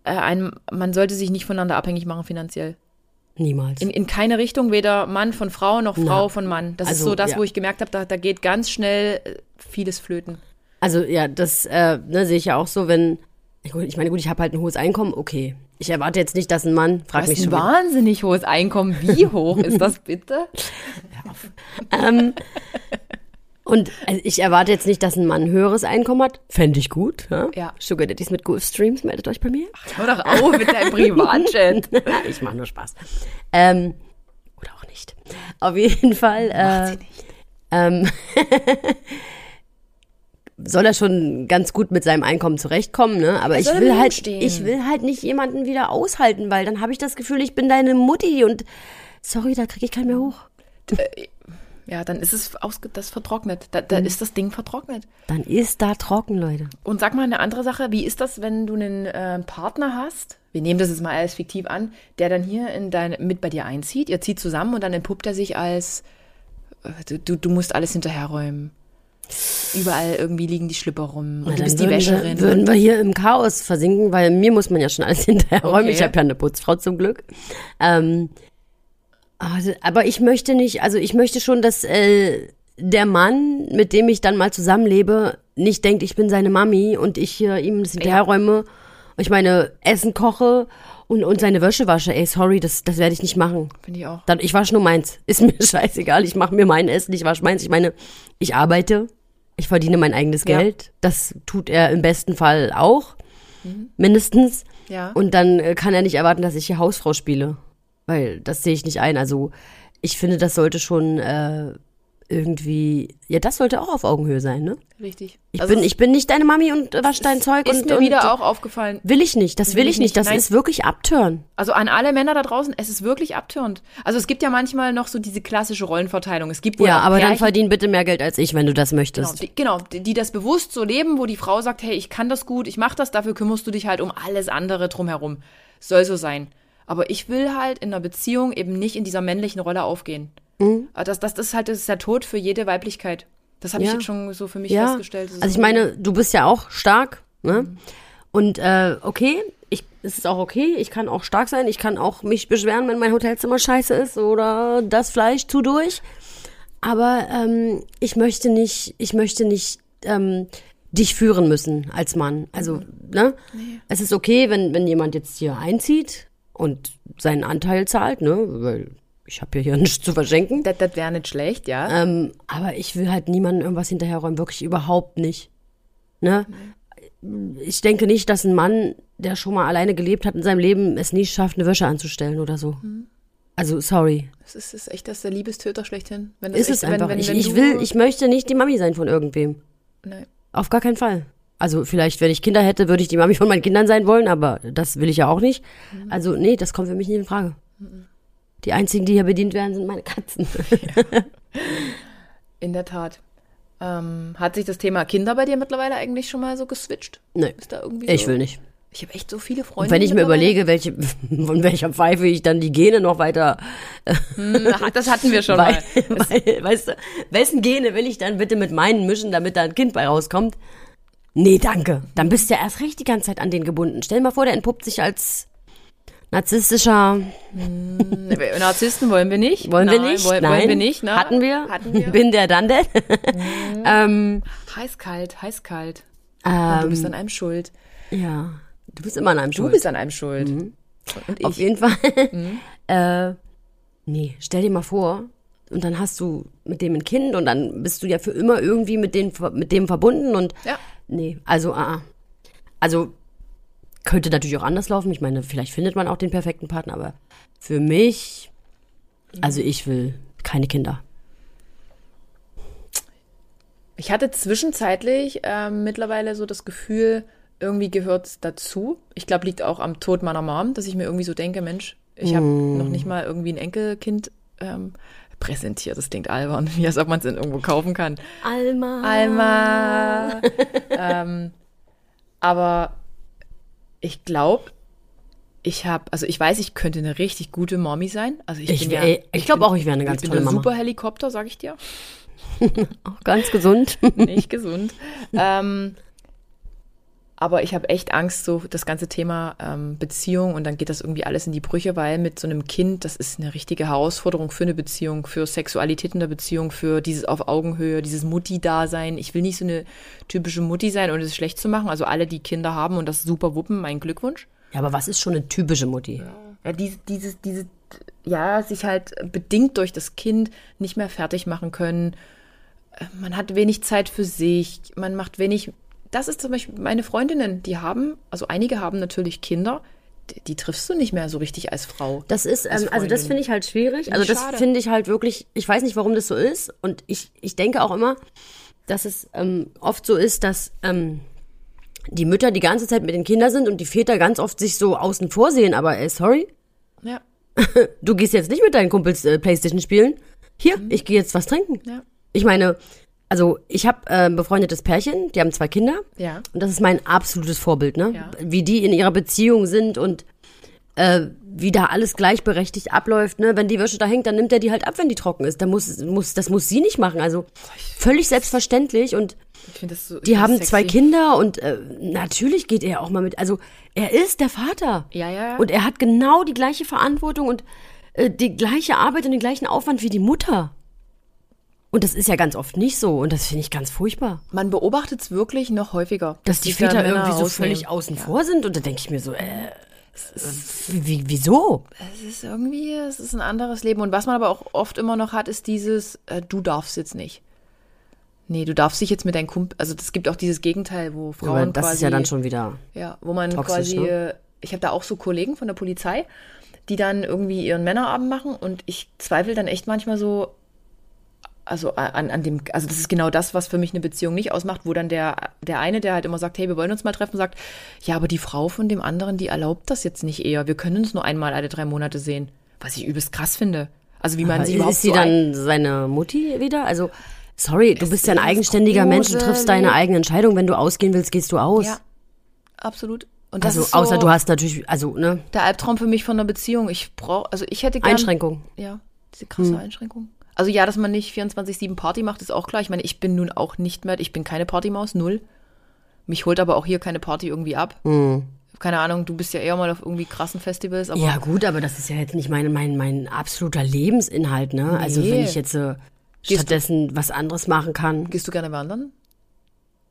äh, ein, man sollte sich nicht voneinander abhängig machen finanziell. Niemals. In, in keine Richtung, weder Mann von Frau noch Frau Na, von Mann. Das ist also, so das, ja. wo ich gemerkt habe, da, da geht ganz schnell äh, vieles flöten. Also ja, das äh, ne, sehe ich ja auch so, wenn. Ich gut, ich meine, gut, ich habe halt ein hohes Einkommen, okay. Ich erwarte jetzt nicht, dass ein Mann, frag Das mich ist ein schon. wieder. wahnsinnig hohes Einkommen. Wie hoch ist das bitte? Ähm, und also ich erwarte jetzt nicht, dass ein Mann ein höheres Einkommen hat. Fände ich gut. Ja? Ja. Sugar Daddies mit Goof Streams, meldet euch bei mir. Hör doch auf mit deinem Privatjet. ich mache nur Spaß. Ähm, oder auch nicht. Auf jeden Fall. Äh, Ähm, soll er schon ganz gut mit seinem Einkommen zurechtkommen, ne? Aber ich soll im will Leben halt, stehen. ich will halt nicht jemanden wieder aushalten, weil dann habe ich das Gefühl, ich bin deine Mutti und sorry, da kriege ich keinen mehr hoch. Ja, dann ist es ausge das vertrocknet. Da, Mhm. da ist das Ding vertrocknet. Dann ist da trocken, Leute. Und sag mal eine andere Sache, wie ist das, wenn du einen äh, Partner hast? Wir nehmen das jetzt mal als fiktiv an, der dann hier in dein, mit bei dir einzieht, ihr zieht zusammen und dann entpuppt er sich als äh, du, du, du musst alles hinterherräumen. Überall irgendwie liegen die Schlüpper rum und du Dann bist die würden Wäscherin. Wir, würden wir hier im Chaos versinken, weil mir muss man ja schon alles hinterherräumen. Okay. Ich habe ja eine Putzfrau zum Glück. Ähm, also- aber ich möchte nicht, also ich möchte schon, dass äh, der Mann, mit dem ich dann mal zusammenlebe, nicht denkt, ich bin seine Mami und ich hier ihm das hinterherräume. Ich meine, Essen koche und, und seine Wäsche wasche. Ey, sorry, das, das werde ich nicht machen. Finde ich auch. Dann, ich wasche nur meins. Ist mir scheißegal. Ich mache mir mein Essen, ich wasche meins. Ich meine, ich arbeite, ich verdiene mein eigenes Ja. Geld. Das tut er im besten Fall auch. Mindestens. Mhm. Ja. Und dann äh, kann er nicht erwarten, dass ich hier Hausfrau spiele. Weil das sehe ich nicht ein. Also, ich finde, das sollte schon äh, irgendwie. Ja, das sollte auch auf Augenhöhe sein, ne? Richtig. Ich, Also bin, es ich bin nicht deine Mami und äh, wasch dein Zeug ist und. mir und wieder auch aufgefallen. Will ich nicht, das will, ich nicht. Das Nein. ist wirklich abtören. Also an alle Männer da draußen, es ist wirklich abtörend. Also es gibt ja manchmal noch so diese klassische Rollenverteilung. Es gibt wohl Ja, auch aber dann Pärchen, verdien bitte mehr Geld als ich, wenn du das möchtest. Genau, die, genau die, die das bewusst so leben, wo die Frau sagt, hey, ich kann das gut, ich mach das, dafür kümmerst du dich halt um alles andere drumherum. Soll so sein. Aber ich will halt in einer Beziehung eben nicht in dieser männlichen Rolle aufgehen. Mhm. Das, das ist halt das ist der Tod für jede Weiblichkeit. Das habe ich Ja. jetzt schon so für mich ja. festgestellt. Das ist Also ich so- Mhm. meine, du bist ja auch stark, ne? Und äh, okay, ich, es ist auch okay, ich kann auch stark sein, ich kann auch mich beschweren, wenn mein Hotelzimmer scheiße ist oder das Fleisch zu durch. Aber ähm, ich möchte nicht, ich möchte nicht ähm, dich führen müssen als Mann. Also, Mhm. ne? Es ist okay, wenn, wenn jemand jetzt hier einzieht und seinen Anteil zahlt, ne? Weil ich habe ja hier nichts zu verschenken. das, das wäre nicht schlecht, ja. Ähm, aber ich will halt niemandem irgendwas hinterherräumen, wirklich überhaupt nicht. Ne? Ich denke nicht, dass ein Mann, der schon mal alleine gelebt hat in seinem Leben, es nie schafft, eine Wäsche anzustellen oder so. Hm. Also, sorry. Das ist, ist echt das ist der Liebestöter schlechthin. Wenn das Ist echt, es einfach. Also Wenn, wenn, ich, wenn ich du, will, ich möchte nicht die Mami sein von irgendwem. Nein. Auf gar keinen Fall. Also, vielleicht, wenn ich Kinder hätte, würde ich die Mami von meinen Kindern sein wollen, aber das will ich ja auch nicht. Hm. Also, nee, das kommt für mich nicht in Frage. Die einzigen, die hier bedient werden, sind meine Katzen. In der Tat. Ähm, hat sich das Thema Kinder bei dir mittlerweile eigentlich schon mal so geswitcht? Nee. Ist da irgendwie Ich so, will nicht. Ich habe echt so viele Freunde. Und wenn ich mir überlege, welche, von welcher Pfeife ich dann die Gene noch weiter, das hatten wir schon wei mal. wei- weißt du, wessen Gene will ich dann bitte mit meinen mischen, damit da ein Kind bei rauskommt? Nee, danke. Dann bist du ja erst recht die ganze Zeit an den gebunden. Stell dir mal vor, der entpuppt sich als narzisstischer, Narzissten wollen wir nicht. wollen wir Nein, nicht? Wollen, Nein, wollen wir nicht. Ne? Hatten wir? Hatten wir. Bin der dann der? ähm, Heiß-kalt, heiß-kalt. Und du ähm, bist an einem schuld. ja. Du bist Mhm. immer in einem Du Schuld. bist an einem schuld. Und Auf ich. Mhm. jeden Fall. äh, nee, stell dir mal vor, und dann hast du mit dem ein Kind und dann bist du ja für immer irgendwie mit dem, mit dem verbunden und Ja. nee, also ah, ah. also könnte natürlich auch anders laufen. Ich meine, vielleicht findet man auch den perfekten Partner, aber für mich, also ich will keine Kinder. Ich hatte zwischenzeitlich ähm, mittlerweile so das Gefühl, irgendwie gehört dazu. Ich glaube, liegt auch am Tod meiner Mom, dass ich mir irgendwie so denke, Mensch, ich habe Mm. noch nicht mal irgendwie ein Enkelkind ähm, präsentiert. Das klingt albern, wie als ob man es irgendwo kaufen kann. Alma. Alma. ähm, aber ich glaube, ich habe, also ich weiß, ich könnte eine richtig gute Mommy sein. Also ich, Ich, bin wär- ja, ey, ich glaube auch, ich wäre eine ganz ich bin tolle ein Mama. super Helikopter, sag ich dir. Ganz gesund. Nicht gesund. ähm, Aber ich habe echt Angst, so das ganze Thema ähm, Beziehung und dann geht das irgendwie alles in die Brüche, weil mit so einem Kind, das ist eine richtige Herausforderung für eine Beziehung, für Sexualität in der Beziehung, für dieses auf Augenhöhe, dieses Mutti-Dasein. Ich will nicht so eine typische Mutti sein und es schlecht zu machen. Also alle, die Kinder haben und das super wuppen, mein Glückwunsch. Ja, aber was ist schon eine typische Mutti? Ja, diese, diese, diese, ja, sich halt bedingt durch das Kind nicht mehr fertig machen können. Äh, Man hat wenig Zeit für sich, man macht wenig das ist zum Beispiel meine Freundinnen, die haben, also einige haben natürlich Kinder, die, die triffst du nicht mehr so richtig als Frau. Das ist, ähm, also das finde ich halt schwierig. Also das finde ich halt wirklich, ich weiß nicht, warum das so ist. Und ich, ich denke auch immer, dass es ähm, oft so ist, dass ähm, die Mütter die ganze Zeit mit den Kindern sind und die Väter ganz oft sich so außen vor sehen. Aber ey, sorry. Ja. Du gehst jetzt nicht mit deinen Kumpels äh, Playstation spielen. Hier, mhm. ich gehe jetzt was trinken. Ja. Ich meine, also ich habe äh, ein befreundetes Pärchen, die haben zwei Kinder. Ja. Und das ist mein absolutes Vorbild, ne? Ja. Wie die in ihrer Beziehung sind und äh, wie da alles gleichberechtigt abläuft, ne? Wenn die Wäsche da hängt, dann nimmt er die halt ab, wenn die trocken ist. Dann muss, muss, das muss sie nicht machen. Also völlig selbstverständlich und ich find das so, ich die find haben das zwei sexy. Kinder und äh, natürlich geht er auch mal mit. Also er ist der Vater. Ja, ja, ja. Und er hat genau die gleiche Verantwortung und äh, die gleiche Arbeit und den gleichen Aufwand wie die Mutter. Und das ist ja ganz oft nicht so und das finde ich ganz furchtbar. Man beobachtet es wirklich noch häufiger. dass die sich da Väter Männer irgendwie so rausnehmen. völlig außen vor sind. Und da denke ich mir so, äh, wie, wieso? Es ist irgendwie, es ist ein anderes Leben. Und was man aber auch oft immer noch hat, ist dieses, äh, du darfst jetzt nicht. Nee, du darfst dich jetzt mit deinem Kumpel, also es gibt auch dieses Gegenteil, wo Frauen Aber das quasi, ist ja dann schon wieder. ja, wo man toxisch, quasi, ne? äh, ich habe da auch so Kollegen von der Polizei, die dann irgendwie ihren Männerabend machen und ich zweifle dann echt manchmal so, also an, an dem, also das ist genau das, was für mich eine Beziehung nicht ausmacht, wo dann der, der eine, der halt immer sagt, hey, wir wollen uns mal treffen, sagt, ja, aber die Frau von dem anderen, die erlaubt das jetzt nicht eher. Wir können uns nur einmal alle drei Monate sehen. Was ich übelst krass finde. Also wie man sie überhaupt ist sie so ein- dann seine Mutti wieder? Also, sorry, du bist ja ein ist eigenständiger Mensch, du triffst deine gruselig. eigene Entscheidung. Wenn du ausgehen willst, gehst du aus. Ja, absolut. Und das also, ist so außer du hast natürlich, also, ne, der Albtraum für mich von einer Beziehung. Ich brauche, also ich hätte gerne Einschränkung. Ja, diese krasse Einschränkung. Also ja, dass man nicht 24-7 Party macht, ist auch klar. Ich meine, ich bin nun auch nicht mehr, ich bin keine Partymaus, null. Mich holt aber auch hier keine Party irgendwie ab. Keine Ahnung, du bist ja eher mal auf irgendwie krassen Festivals, aber Ja, gut, aber das ist ja jetzt nicht mein, mein, mein absoluter Lebensinhalt, ne? Also, Nee. wenn ich jetzt äh, Gehst du- stattdessen was anderes machen kann. gehst du gerne wandern?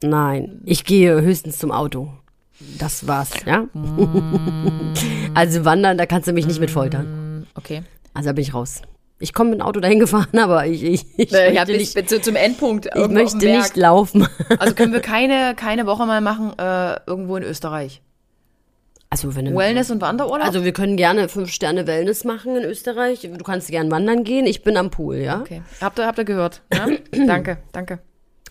Nein, ich gehe höchstens zum Auto. Das war's, ja? Mm. also wandern, da kannst du mich nicht mit foltern. Okay. Also da bin ich raus. Ich komme mit dem Auto dahin gefahren, aber ich, ich, Äh, ich Ich, hab möchte, ich nicht, bin so zum Endpunkt. ich irgendwo auf möchte dem Berg. nicht laufen. Also können wir keine, keine Woche mal machen, äh, irgendwo in Österreich. Also, wenn du, Wellness und Wanderurlaub? also wir können gerne fünf Sterne Wellness machen in Österreich. Du kannst gerne wandern gehen. Ich bin am Pool, ja? okay. Habt ihr, habt ihr gehört? Ja? danke, danke.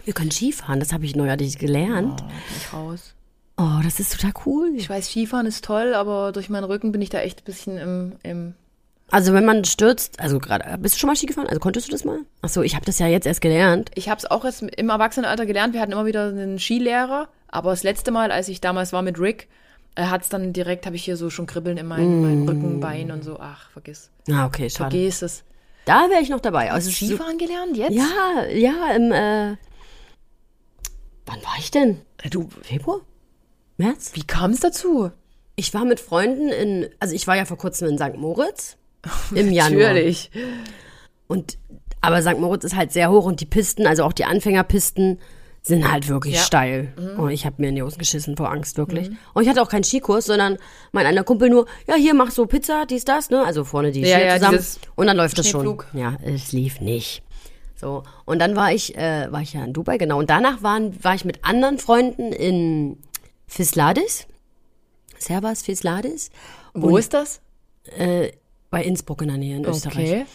Wir können Skifahren, das habe ich neuerlich gelernt. Oh, bin ich raus. Oh, das ist total cool. Ich weiß, Skifahren ist toll, aber durch meinen Rücken bin ich da echt ein bisschen im. im Also, wenn man stürzt, also gerade, bist du schon mal Ski gefahren? Also, konntest du das mal? Ach so, ich habe das ja jetzt erst gelernt. ich habe es auch erst im Erwachsenenalter gelernt. Wir hatten immer wieder einen Skilehrer, aber das letzte Mal, als ich damals war mit Rick, äh, hat es dann direkt, habe ich hier so schon Kribbeln in meinen, Mm. meinen Rücken, Bein und so. Ach, vergiss. Ah, okay, schade. Vergiss es. Da wäre ich noch dabei. Also so- Skifahren gelernt jetzt? Ja, ja, im, äh, wann war ich denn? Äh, Du, Februar? März? wie kam es dazu? Ich war mit Freunden in, also ich war ja vor kurzem in St. Moritz im Januar. Natürlich. Und, aber St. Moritz ist halt sehr hoch und die Pisten, also auch die Anfängerpisten, sind halt wirklich Ja. Mhm. steil. Und ich habe mir in die Hosen geschissen vor Angst, wirklich. Und ich hatte auch keinen Skikurs, sondern mein einer Kumpel nur, ja, hier mach so Pizza, dies, das, ne? Also vorne die Ja, Skier ja, zusammen. dieses Und dann läuft das schon. Schneepflug. Ja, es lief nicht. So. Und dann war ich, äh, war ich ja in Dubai, genau. Und danach waren, war ich mit anderen Freunden in Fisladis. Servas Fisladis. Wo ist das? Bei Innsbruck in der Nähe in Österreich. Okay.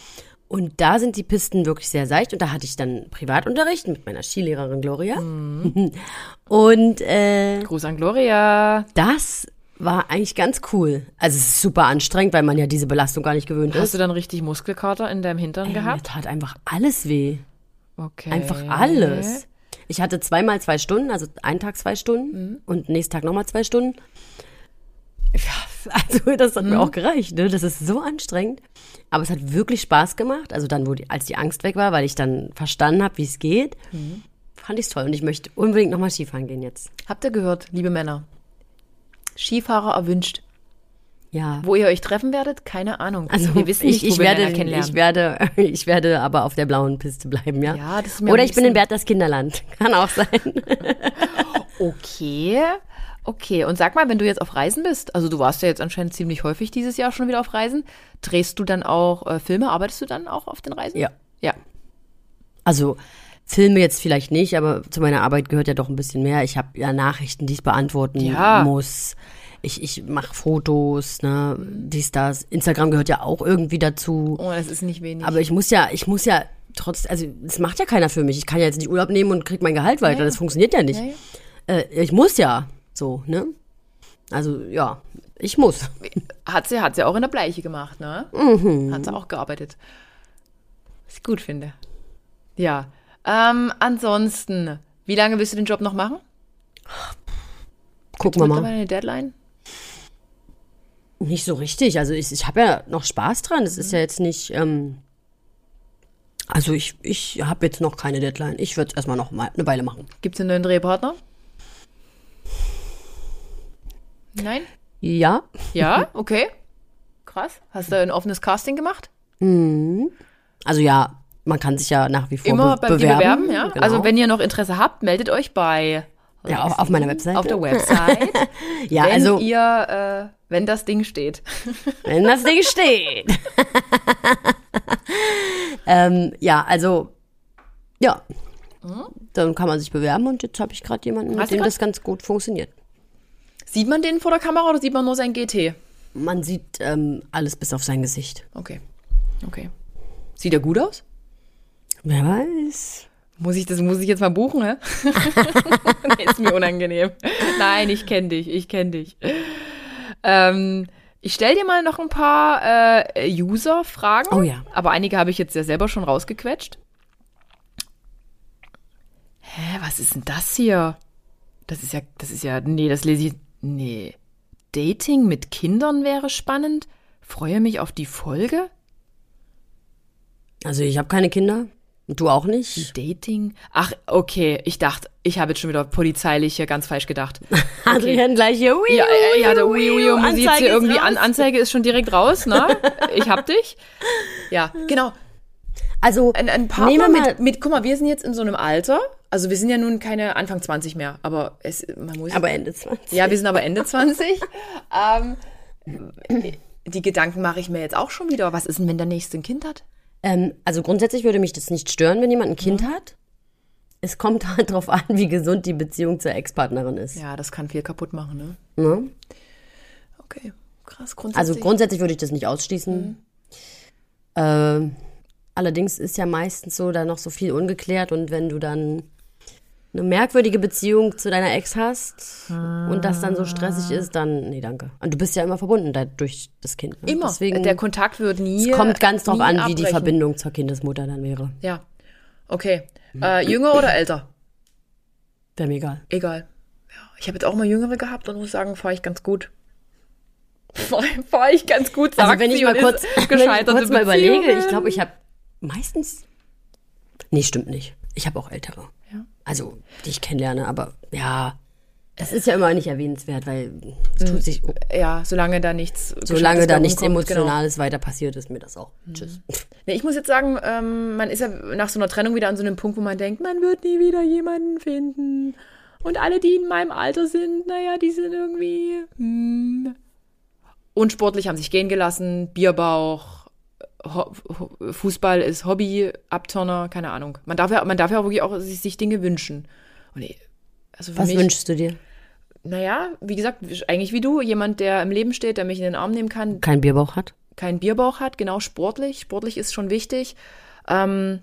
Und da sind die Pisten wirklich sehr seicht. Und da hatte ich dann Privatunterricht mit meiner Skilehrerin Gloria. Mhm. Und äh, Gruß an Gloria. das war eigentlich ganz cool. Also es ist super anstrengend, weil man ja diese Belastung gar nicht gewöhnt Hast ist. du dann richtig Muskelkater in deinem Hintern Ey, Mir gehabt? tat einfach alles weh. Okay. Äh, Einfach alles. Ich hatte zweimal zwei Stunden, also einen Tag zwei Mhm. Stunden und nächsten Tag nochmal zwei Stunden. Ja, also das hat Mhm. mir auch gereicht, ne? Das ist so anstrengend. Aber es Mhm. hat wirklich Spaß gemacht. Also dann, wo die, als die Angst weg war, weil ich dann verstanden habe, wie es geht, fand ich toll und ich möchte unbedingt nochmal Skifahren gehen jetzt. Habt ihr gehört, liebe Männer? Skifahrer erwünscht. Ja. Wo ihr euch treffen werdet, keine Ahnung. Also wir wissen nicht, ich, ich, wo wir werde, einander kennenlernen. ich werde, ich werde aber auf der blauen Piste bleiben, ja. Ja, das ist mir am Oder ich bin liebsten. in Berthas Kinderland, kann auch sein. Okay, okay. Und sag mal, wenn du jetzt auf Reisen bist, also du warst ja jetzt anscheinend ziemlich häufig dieses Jahr schon wieder auf Reisen, drehst du dann auch äh, Filme? Arbeitest du dann auch auf den Reisen? Ja. Ja. Also Filme jetzt vielleicht nicht, aber zu meiner Arbeit gehört ja doch ein bisschen mehr. Ich habe ja Nachrichten, die ich beantworten Ja. muss. Ich, ich mache Fotos, ne, dies, das. Instagram gehört ja auch irgendwie dazu. Oh, das ist nicht wenig. Aber ich muss ja, ich muss ja trotz, also das macht ja keiner für mich. Ich kann ja jetzt nicht Urlaub nehmen und krieg mein Gehalt weiter. Ja, ja. Das funktioniert ja nicht. Ja, ja. Äh, ich muss ja, so, ne? Also ja, ich muss. hat sie, hat sie auch in der Bleiche gemacht, ne? Mhm. Hat sie auch gearbeitet. Was ich gut finde. Ja. Ähm, ansonsten, wie lange willst du den Job noch machen? Gucken wir Mittlerweile mal. eine Deadline? Nicht so richtig. Also ich, ich habe ja noch Spaß dran. Es Mhm. ist ja jetzt nicht. Ähm, also ich, ich habe jetzt noch keine Deadline. Ich würde es erstmal noch mal eine Weile machen. Gibt es einen neuen Drehpartner? Nein? Ja, Mhm. Ja, okay. Krass. Hast du ein offenes Casting gemacht? also ja, man kann sich ja nach wie vor Immer be beim bewerben. bewerben. bewerben, ja. Genau. Also wenn ihr noch Interesse habt, meldet euch bei ja, auf, auf meiner Website. auf der Website, ja, wenn Äh, also ihr, äh, wenn das Ding steht. Wenn das Ding steht. ähm, ja, also, ja. Dann kann man sich bewerben und jetzt habe ich gerade jemanden, mit Mhm. Hast du dem grad- das ganz gut funktioniert. Sieht man den vor der Kamera oder sieht man nur sein GT? Man sieht ähm, alles bis auf sein Gesicht. Okay. Okay. Sieht er gut aus? Wer weiß. Muss ich das muss ich jetzt mal buchen, ne? nee, ist mir unangenehm. Nein, ich kenne dich, ich kenne dich. Ähm, ich stell dir mal noch ein paar äh, User-Fragen. Oh ja. Aber einige habe ich jetzt ja selber schon rausgequetscht. Hä, was ist denn das hier? Das ist ja, das ist ja, nee, das lese ich, nee. Dating mit Kindern wäre spannend. Freue mich auf die Folge. Also, ich habe keine Kinder. Und du auch nicht. Dating? Ach, okay. Ich dachte, ich habe jetzt schon wieder polizeilich hier ganz falsch gedacht. Adrian gleich hier. Ui, Ja, äh, ui, ja, ja, der ui, Wii U ui, Musik Anzeige hier ist irgendwie raus. an. Anzeige ist schon direkt raus, ne? Ich hab dich. Ja, genau. Also, Ein, ein nehmen Partner wir mal. mit, mit, guck mal, wir sind jetzt in so einem Alter. Also wir sind ja nun keine Anfang 20 mehr, aber es, man muss. aber Ende 20. ja, wir sind aber Ende 20. ähm, die Gedanken mache ich mir jetzt auch schon wieder. Was ist denn, wenn der nächste ein Kind hat? Ähm, also grundsätzlich würde mich das nicht stören, wenn jemand ein Kind hat. Es kommt halt darauf an, wie gesund die Beziehung zur Ex-Partnerin ist. Ja, das kann viel kaputt machen, ne? Ne? Okay, krass. Also Grundsätzlich. grundsätzlich würde ich das nicht Mhm. ausschließen. Ähm, allerdings ist ja meistens so da noch so viel ungeklärt und wenn du dann eine merkwürdige Beziehung zu deiner Ex hast und das dann so stressig ist, dann nee, danke. Und du bist ja immer verbunden da, durch das Kind. Ne? Immer. Deswegen der Kontakt wird nie. es kommt ganz drauf nie an, wie die abbrechen. Verbindung zur Kindesmutter dann wäre. Ja. Okay. Äh, jünger oder älter? Wäre mir egal. Egal. Ja. Ich habe jetzt auch mal Jüngere gehabt und muss sagen, fahre ich ganz gut. Fahre ich ganz gut, sagt Also wenn ich sie mal und kurz, ist wenn ich gescheiterte kurz mal Beziehungen. überlege, ich glaube, ich habe meistens. Nee, stimmt nicht. Ich habe auch ältere. Ja. Also, die ich kennenlerne, aber ja. Das ist ja immer nicht erwähnenswert, weil es tut sich, um- Ja, solange da nichts. solange Mhm. Gescheites da bei nichts rumkommt, Genau. Mhm. Emotionales weiter passiert, ist mir das auch. Tschüss. Nee, ich muss jetzt sagen, ähm, man ist ja nach so einer Trennung wieder an so einem Punkt, wo man denkt, man wird nie wieder jemanden finden. Und alle, die in meinem Alter sind, naja, die sind irgendwie hm, unsportlich, haben sich gehen gelassen, Bierbauch, Ho Ho- Fußball ist Hobby, Abturner, keine Ahnung. Man darf ja, man darf ja auch wirklich auch sich, sich Dinge wünschen. Und ich- also für Was mich, wünschst du dir? Naja, wie gesagt, eigentlich wie du, jemand, der im Leben steht, der mich in den Arm nehmen kann, Kein Bierbauch hat? keinen Bierbauch hat, genau sportlich. Sportlich ist schon wichtig. Ähm,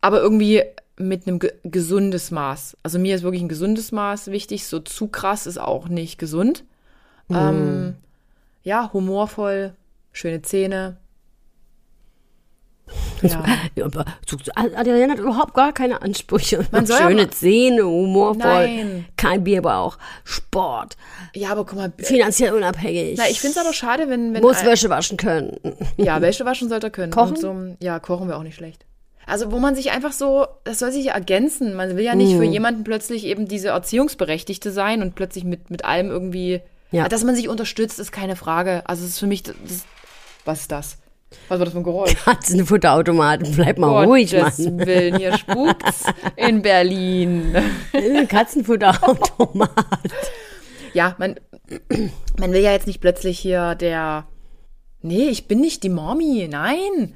aber irgendwie mit einem ge gesundes Maß. Also mir ist wirklich ein gesundes Maß wichtig. So zu krass ist auch nicht gesund. Ähm, ja, humorvoll, schöne Zähne. Ja. Ja, aber so- so- Adrienne hat überhaupt gar keine Ansprüche. Man soll Schöne aber- Zähne, humorvoll, Nein. kein Bierbauch, Sport, ja, aber guck mal. finanziell unabhängig. Na, ich finde es aber schade, wenn. wenn muss ein- Wäsche waschen können. Ja, Wäsche waschen sollte er können. Kochen? Und so, ja, kochen wir auch nicht schlecht. Also wo man sich einfach so, das soll sich ja ergänzen. Man will ja nicht Mm. für jemanden plötzlich eben diese Erziehungsberechtigte sein und plötzlich mit, mit allem irgendwie. Ja. Dass man sich unterstützt, ist keine Frage. Also es ist für mich. Das, das, was ist das? Was war das für ein Geräusch? Hat's einen Futterautomaten, bleib mal ruhig, Gottes Mann. Willen, hier spukt's in Berlin. Katzenfutterautomat. Ja, man, man will ja jetzt nicht plötzlich hier der. Nee, ich bin nicht die Mommy, nein.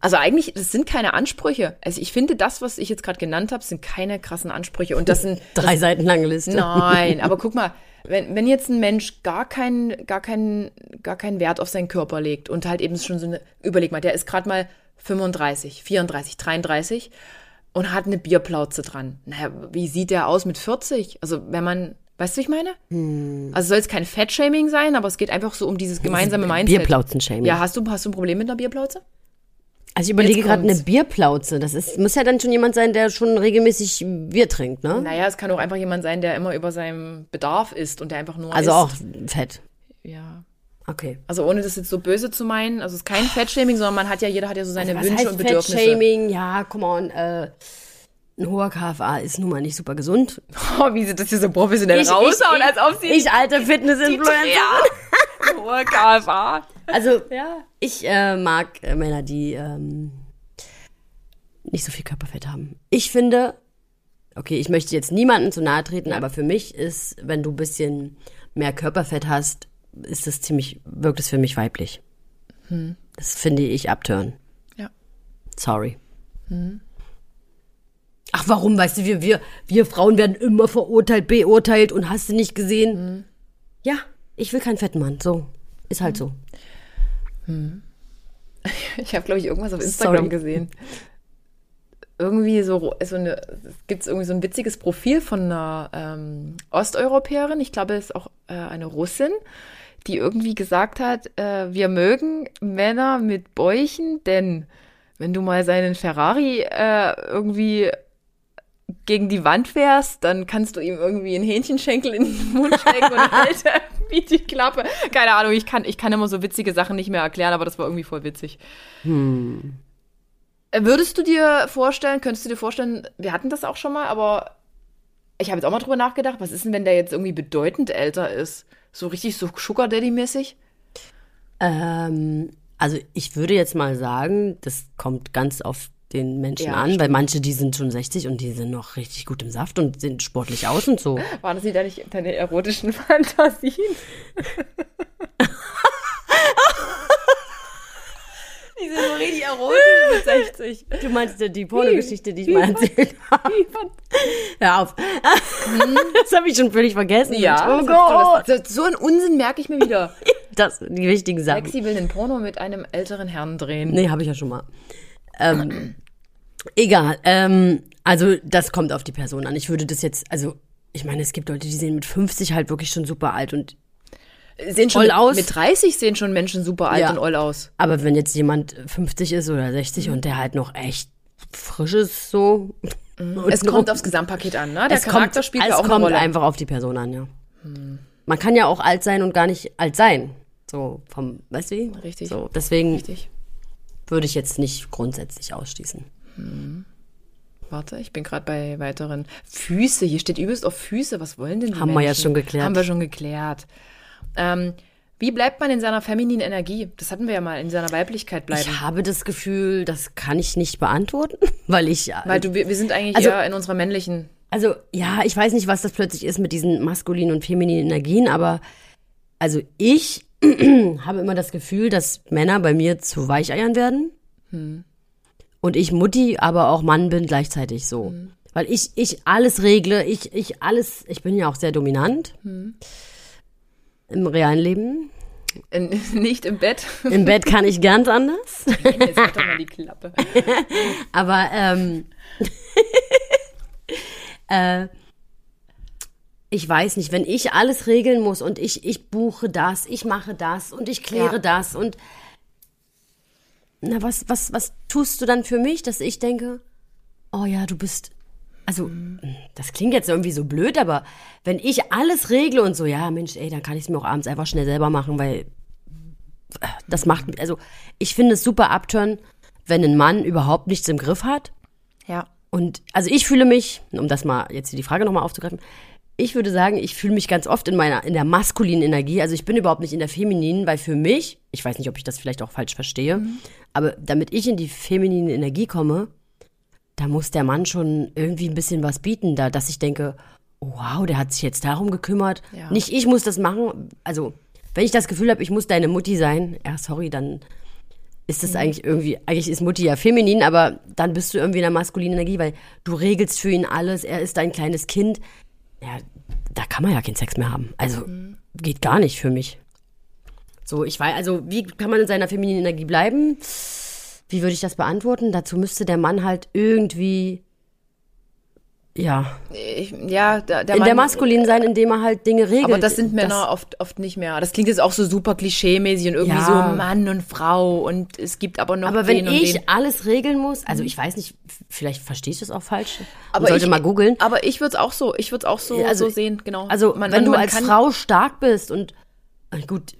Also eigentlich, das sind keine Ansprüche. Also ich finde, das, was ich jetzt gerade genannt habe, sind keine krassen Ansprüche. Und das sind Drei Seiten lange Liste. Nein, aber guck mal, wenn, wenn jetzt ein Mensch gar keinen gar keinen, gar keinen Wert auf seinen Körper legt und halt eben schon so eine, überleg mal, der ist gerade mal 35, 34, 33 und hat eine Bierplauze dran. Naja, wie sieht der aus mit 40? Also wenn man, weißt du, wie ich meine? Hm. Also soll es kein Fettshaming sein, aber es geht einfach so um dieses gemeinsame Mindset. Bierplauzenshaming. Ja, hast du, hast du ein Problem mit einer Bierplauze? Also ich überlege Jetzt gerade eine kommt's. Bierplauze. Das ist, muss ja dann schon jemand sein, der schon regelmäßig Bier trinkt, ne? Naja, es kann auch einfach jemand sein, der immer über seinem Bedarf ist und der einfach nur Also isst. auch fett. Ja. Okay. Also ohne das jetzt so böse zu meinen, also es ist kein Fettshaming, sondern man hat ja, jeder hat ja so seine Oh. Also Was Wünsche heißt und Bedürfnisse. Fettshaming? Ja, come on. Äh, ein hoher KFA ist nun mal nicht super gesund. Oh, wie sie das hier so professionell ich, ich alte Fitness-Influencer. Hohe KFA. Also Ja. ich äh, mag äh, Männer, die ähm, nicht so viel Körperfett haben. Ich finde, okay, ich möchte jetzt niemandem zu nahe treten, aber für mich ist, wenn du ein bisschen mehr Körperfett hast, ist das ziemlich, wirkt es für mich weiblich. Das finde ich abtören. Ja. Sorry. Ach, warum, weißt du, wir, wir, wir Frauen werden immer verurteilt, beurteilt und hast du nicht gesehen? Ja, ich will keinen fetten Mann. So. Ist halt so. Ich habe, glaube ich, irgendwas auf Instagram Sorry. gesehen. Irgendwie so, so eine, gibt es irgendwie so ein witziges Profil von einer ähm, Osteuropäerin, ich glaube, es ist auch äh, eine Russin, die irgendwie gesagt hat, äh, wir mögen Männer mit Bäuchen, denn wenn du mal seinen Ferrari äh, irgendwie gegen die Wand fährst, dann kannst du ihm irgendwie einen Hähnchenschenkel in den Mund stecken und halt irgendwie die Klappe. Keine Ahnung, ich kann, ich kann immer so witzige Sachen nicht mehr erklären, aber das war irgendwie voll witzig. Äh, Würdest du dir vorstellen, könntest du dir vorstellen, wir hatten das auch schon mal, aber ich habe jetzt auch mal drüber nachgedacht, was ist denn, wenn der jetzt irgendwie bedeutend älter ist? So richtig so Sugar Daddy-mäßig? Ähm, also ich würde jetzt mal sagen, das kommt ganz auf den Menschen Ja, an, weil manche, die sind schon 60 und die sind noch richtig gut im Saft und sind sportlich aus und so. Waren das nicht deine, deine erotischen Fantasien? Die sind so richtig erotisch mit 60. Du meinst ja die Pornogeschichte, die ich mal erzählt habe. Hm. Hm. Hör auf. Das habe ich schon völlig vergessen. Ja, Oh Gott. Das, das, so einen Unsinn merke ich mir wieder. Das sind die wichtigen Sachen. Lexi will einen Porno mit einem älteren Herrn drehen. Nee, habe ich ja schon mal. Ähm, egal. Ähm, also das kommt auf die Person an. Ich würde das jetzt, also ich meine, es gibt Leute, die sehen mit 50 halt wirklich schon super alt und Sehen schon All mit, aus? mit 30 sehen schon Menschen super alt Ja. und all aus. Aber wenn jetzt jemand 50 ist oder 60 und der halt noch echt frisch ist, so. und Mhm. Es kommt noch- aufs Gesamtpaket an, ne? Der es kommt, Charakter spielt es ja auch eine kommt Rolle. Mhm. einfach auf die Person an, ja. Man kann ja auch alt sein und gar nicht alt sein. So vom, weißt du wie? Richtig. So, deswegen Richtig. würde ich jetzt nicht grundsätzlich ausschließen. Warte, ich bin gerade bei weiteren Füße. Hier steht übelst auf Füße. Was wollen denn die Haben wir Menschen? ja schon geklärt. Haben wir schon geklärt. Ähm, wie bleibt man in seiner femininen Energie? Das hatten wir ja mal, in seiner Weiblichkeit bleiben. Ich habe das Gefühl, das kann ich nicht beantworten, weil ich Weil du, wir, wir sind eigentlich Also- eher in unserer männlichen. Also, ja, ich weiß nicht, was das plötzlich ist mit diesen maskulinen und femininen Energien, aber also ich habe immer das Gefühl, dass Männer bei mir zu Weicheiern werden. Und ich Mutti, aber auch Mann bin gleichzeitig so. Weil ich, ich alles regle, ich, ich alles, ich bin ja auch sehr dominant im realen Leben. In, nicht im Bett. Im Bett kann ich ganz anders. Jetzt halt doch mal die Klappe. Aber ähm, äh, ich weiß nicht, wenn ich alles regeln muss und ich, ich buche das, ich mache das und ich kläre Ja. das und na, was, was, was tust du dann für mich, dass ich denke, oh ja, du bist. Also, das klingt jetzt irgendwie so blöd, aber wenn ich alles regle und so, ja, Mensch, ey, dann kann ich es mir auch abends einfach schnell selber machen, weil das macht, also ich finde es super abtören, wenn ein Mann überhaupt nichts im Griff hat. Ja. Und also ich fühle mich, um das mal jetzt die Frage nochmal aufzugreifen, ich würde sagen, ich fühle mich ganz oft in meiner, in der maskulinen Energie. Also ich bin überhaupt nicht in der femininen, weil für mich, ich weiß nicht, ob ich das vielleicht auch falsch verstehe, aber damit ich in die feminine Energie komme, da muss der Mann schon irgendwie ein bisschen was bieten, da, dass ich denke, oh wow, der hat sich jetzt darum gekümmert. Ja. Nicht ich muss das machen. Also, wenn ich das Gefühl habe, ich muss deine Mutti sein, ja, sorry, dann ist Mhm. das eigentlich irgendwie, eigentlich ist Mutti ja feminin, aber dann bist du irgendwie in der maskulinen Energie, weil du regelst für ihn alles, er ist dein kleines Kind. Ja, da kann man ja keinen Sex mehr haben. Also, Mhm. geht gar nicht für mich. So, ich weiß, also, wie kann man in seiner femininen Energie bleiben? Wie würde ich das beantworten? Dazu müsste der Mann halt irgendwie, ja, Ich, ja, der, der in der Mann- maskulin sein, indem er halt Dinge regelt. Aber das sind Männer oft, oft nicht mehr. Das klingt jetzt auch so super klischee-mäßig und irgendwie Ja. so Mann und Frau und es gibt aber noch aber den wenn und den. ich alles regeln muss, also ich weiß nicht, f- vielleicht verstehe ich das auch falsch. aber Man sollte ich, mal googeln. Aber ich würde es auch so, ich würde es auch so, Also- so sehen, genau. Also Man- wenn man- du man als kann- Frau stark bist und äh, gut,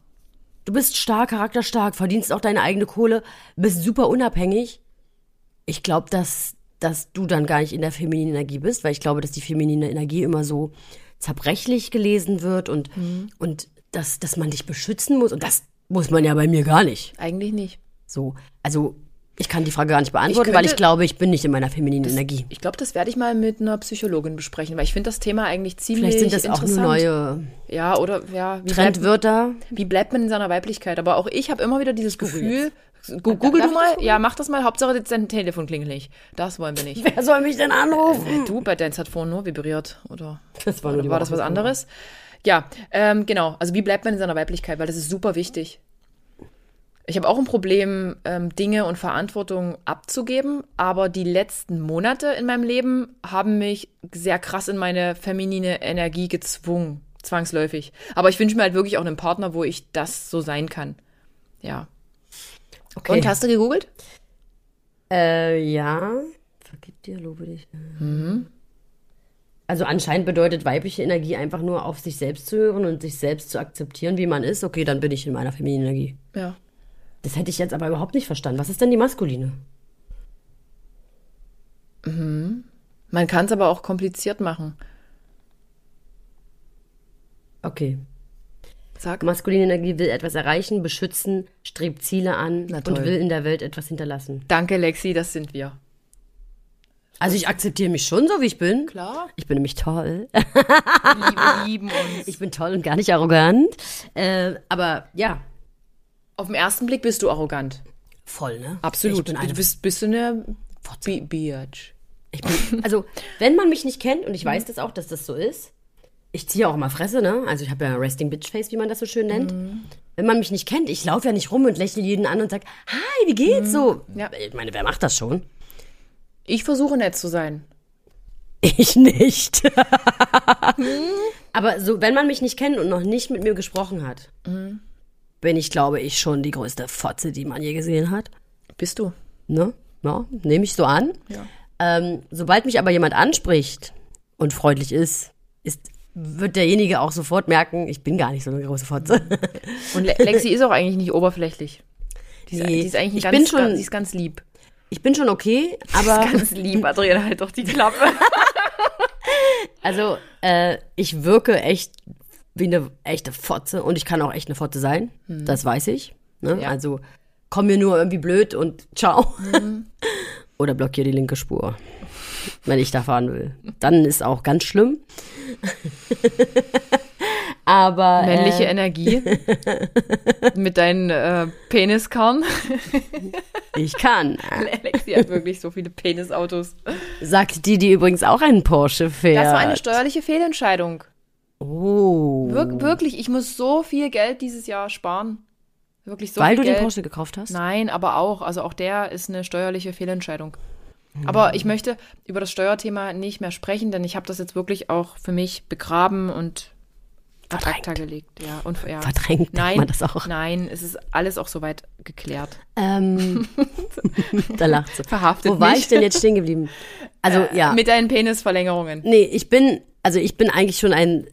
du bist stark, charakterstark, verdienst auch deine eigene Kohle, bist super unabhängig. Ich glaube, dass dass du dann gar nicht in der femininen Energie bist, weil ich glaube, dass die feminine Energie immer so zerbrechlich gelesen wird und und dass dass man dich beschützen muss und das muss man ja bei mir gar nicht. Eigentlich nicht. So, also ich kann die Frage gar nicht beantworten, könnte- weil ich glaube, ich bin nicht in meiner femininen Energie. Ich glaube, das werde ich mal mit einer Psychologin besprechen, weil ich finde das Thema eigentlich ziemlich Vielleicht sind das auch nur interessant. neue Ja, oder ja, wie bleibt, Trendwörter. wie bleibt man in seiner Weiblichkeit? Aber auch ich habe immer wieder dieses Gefühl, Gu- Darf google ich das du mal, googeln? ja, mach das mal, Hauptsache jetzt dein Telefon klingelt nicht. Das wollen wir nicht. Wer soll mich denn anrufen? Du, bei deins hat vorhin nur vibriert, oder? Das war nur Oder die war das was Woche. anderes? Ja, ähm, genau. Also wie bleibt man in seiner Weiblichkeit? Weil das ist super wichtig. Ich habe auch ein Problem, ähm, Dinge und Verantwortung abzugeben, aber die letzten Monate in meinem Leben haben mich sehr krass in meine feminine Energie gezwungen, zwangsläufig. Aber ich wünsche mir halt wirklich auch einen Partner, wo ich das so sein kann. Ja. Okay. Und hast du gegoogelt? Äh, ja. Vergib dir, lobe dich. Mhm. Also anscheinend bedeutet weibliche Energie einfach nur auf sich selbst zu hören und sich selbst zu akzeptieren, wie man ist. Okay, dann bin ich in meiner femininen Energie. Ja. Das hätte ich jetzt aber überhaupt nicht verstanden. Was ist denn die maskuline? Man kann es aber auch kompliziert machen. Okay. Sag Maskuline Energie will etwas erreichen, beschützen, strebt Ziele an Na und toll. will in der Welt etwas hinterlassen. Danke, Lexi, das sind wir. Also ich akzeptiere mich schon so, wie ich bin. Klar. Ich bin nämlich toll. Wir lieben uns. Ich bin toll und gar nicht arrogant. Äh, aber ja, Auf den ersten Blick bist du arrogant. voll, ne? Absolut. Ich bin eine, du bist, bist du eine Bi- Biatch. ich bin, also, wenn man mich nicht kennt, und ich weiß das auch, dass das so ist, ich ziehe auch immer Fresse, ne? Also ich habe ja Resting Bitch Face, wie man das so schön nennt. Wenn man mich nicht kennt, ich laufe ja nicht rum und lächle jeden an und sag, hi, wie geht's so? Ja. Ich meine, wer macht das schon? Ich versuche nett zu sein. Ich nicht. Aber so, wenn man mich nicht kennt und noch nicht mit mir gesprochen hat, bin ich, glaube ich, schon die größte Fotze, die man je gesehen hat. Bist du? Ne? Ja, nehme ich so an. Ja. Ähm, sobald mich aber jemand anspricht und freundlich ist, ist, wird derjenige auch sofort merken, ich bin gar nicht so eine große Fotze. Und Le Lexi ist auch eigentlich nicht oberflächlich. Die ist, Nee, die ist eigentlich ein ich ganz, bin schon- ganz, die ist ganz lieb. Ich bin schon okay, aber Ganz lieb, Adriana, halt doch die Klappe. also äh, ich wirke echt wie eine echte Fotze und ich kann auch echt eine Fotze sein. Das weiß ich. Ne? Mhm. Ja. Also komm mir nur irgendwie blöd und ciao. Mhm. Oder blockiere die linke Spur, wenn ich da fahren will. Dann ist auch ganz schlimm. aber Männliche Energie. Mit deinen äh, Peniskern. äh, ich kann. Lexi hat wirklich so viele Penisautos. Sagt die, die übrigens auch einen Porsche fährt. Das war eine steuerliche Fehlentscheidung. oh. Wir wirklich, ich muss so viel Geld dieses Jahr sparen. Wirklich so Weil viel du Geld. den Porsche gekauft hast? Nein, aber auch. Also auch der ist eine steuerliche Fehlentscheidung. Aber ich möchte über das Steuerthema nicht mehr sprechen, denn ich habe das jetzt wirklich auch für mich begraben und ad Verdrängt. acta gelegt. Ja, und, ja. Verdrängt nennt nein, man das auch. Nein, es ist alles auch soweit geklärt. Ähm, da lacht sie. Verhaftet Wo war mich. ich denn jetzt stehen geblieben? Also, ja. Mit deinen Penisverlängerungen. nee, ich bin, also ich bin eigentlich schon ein,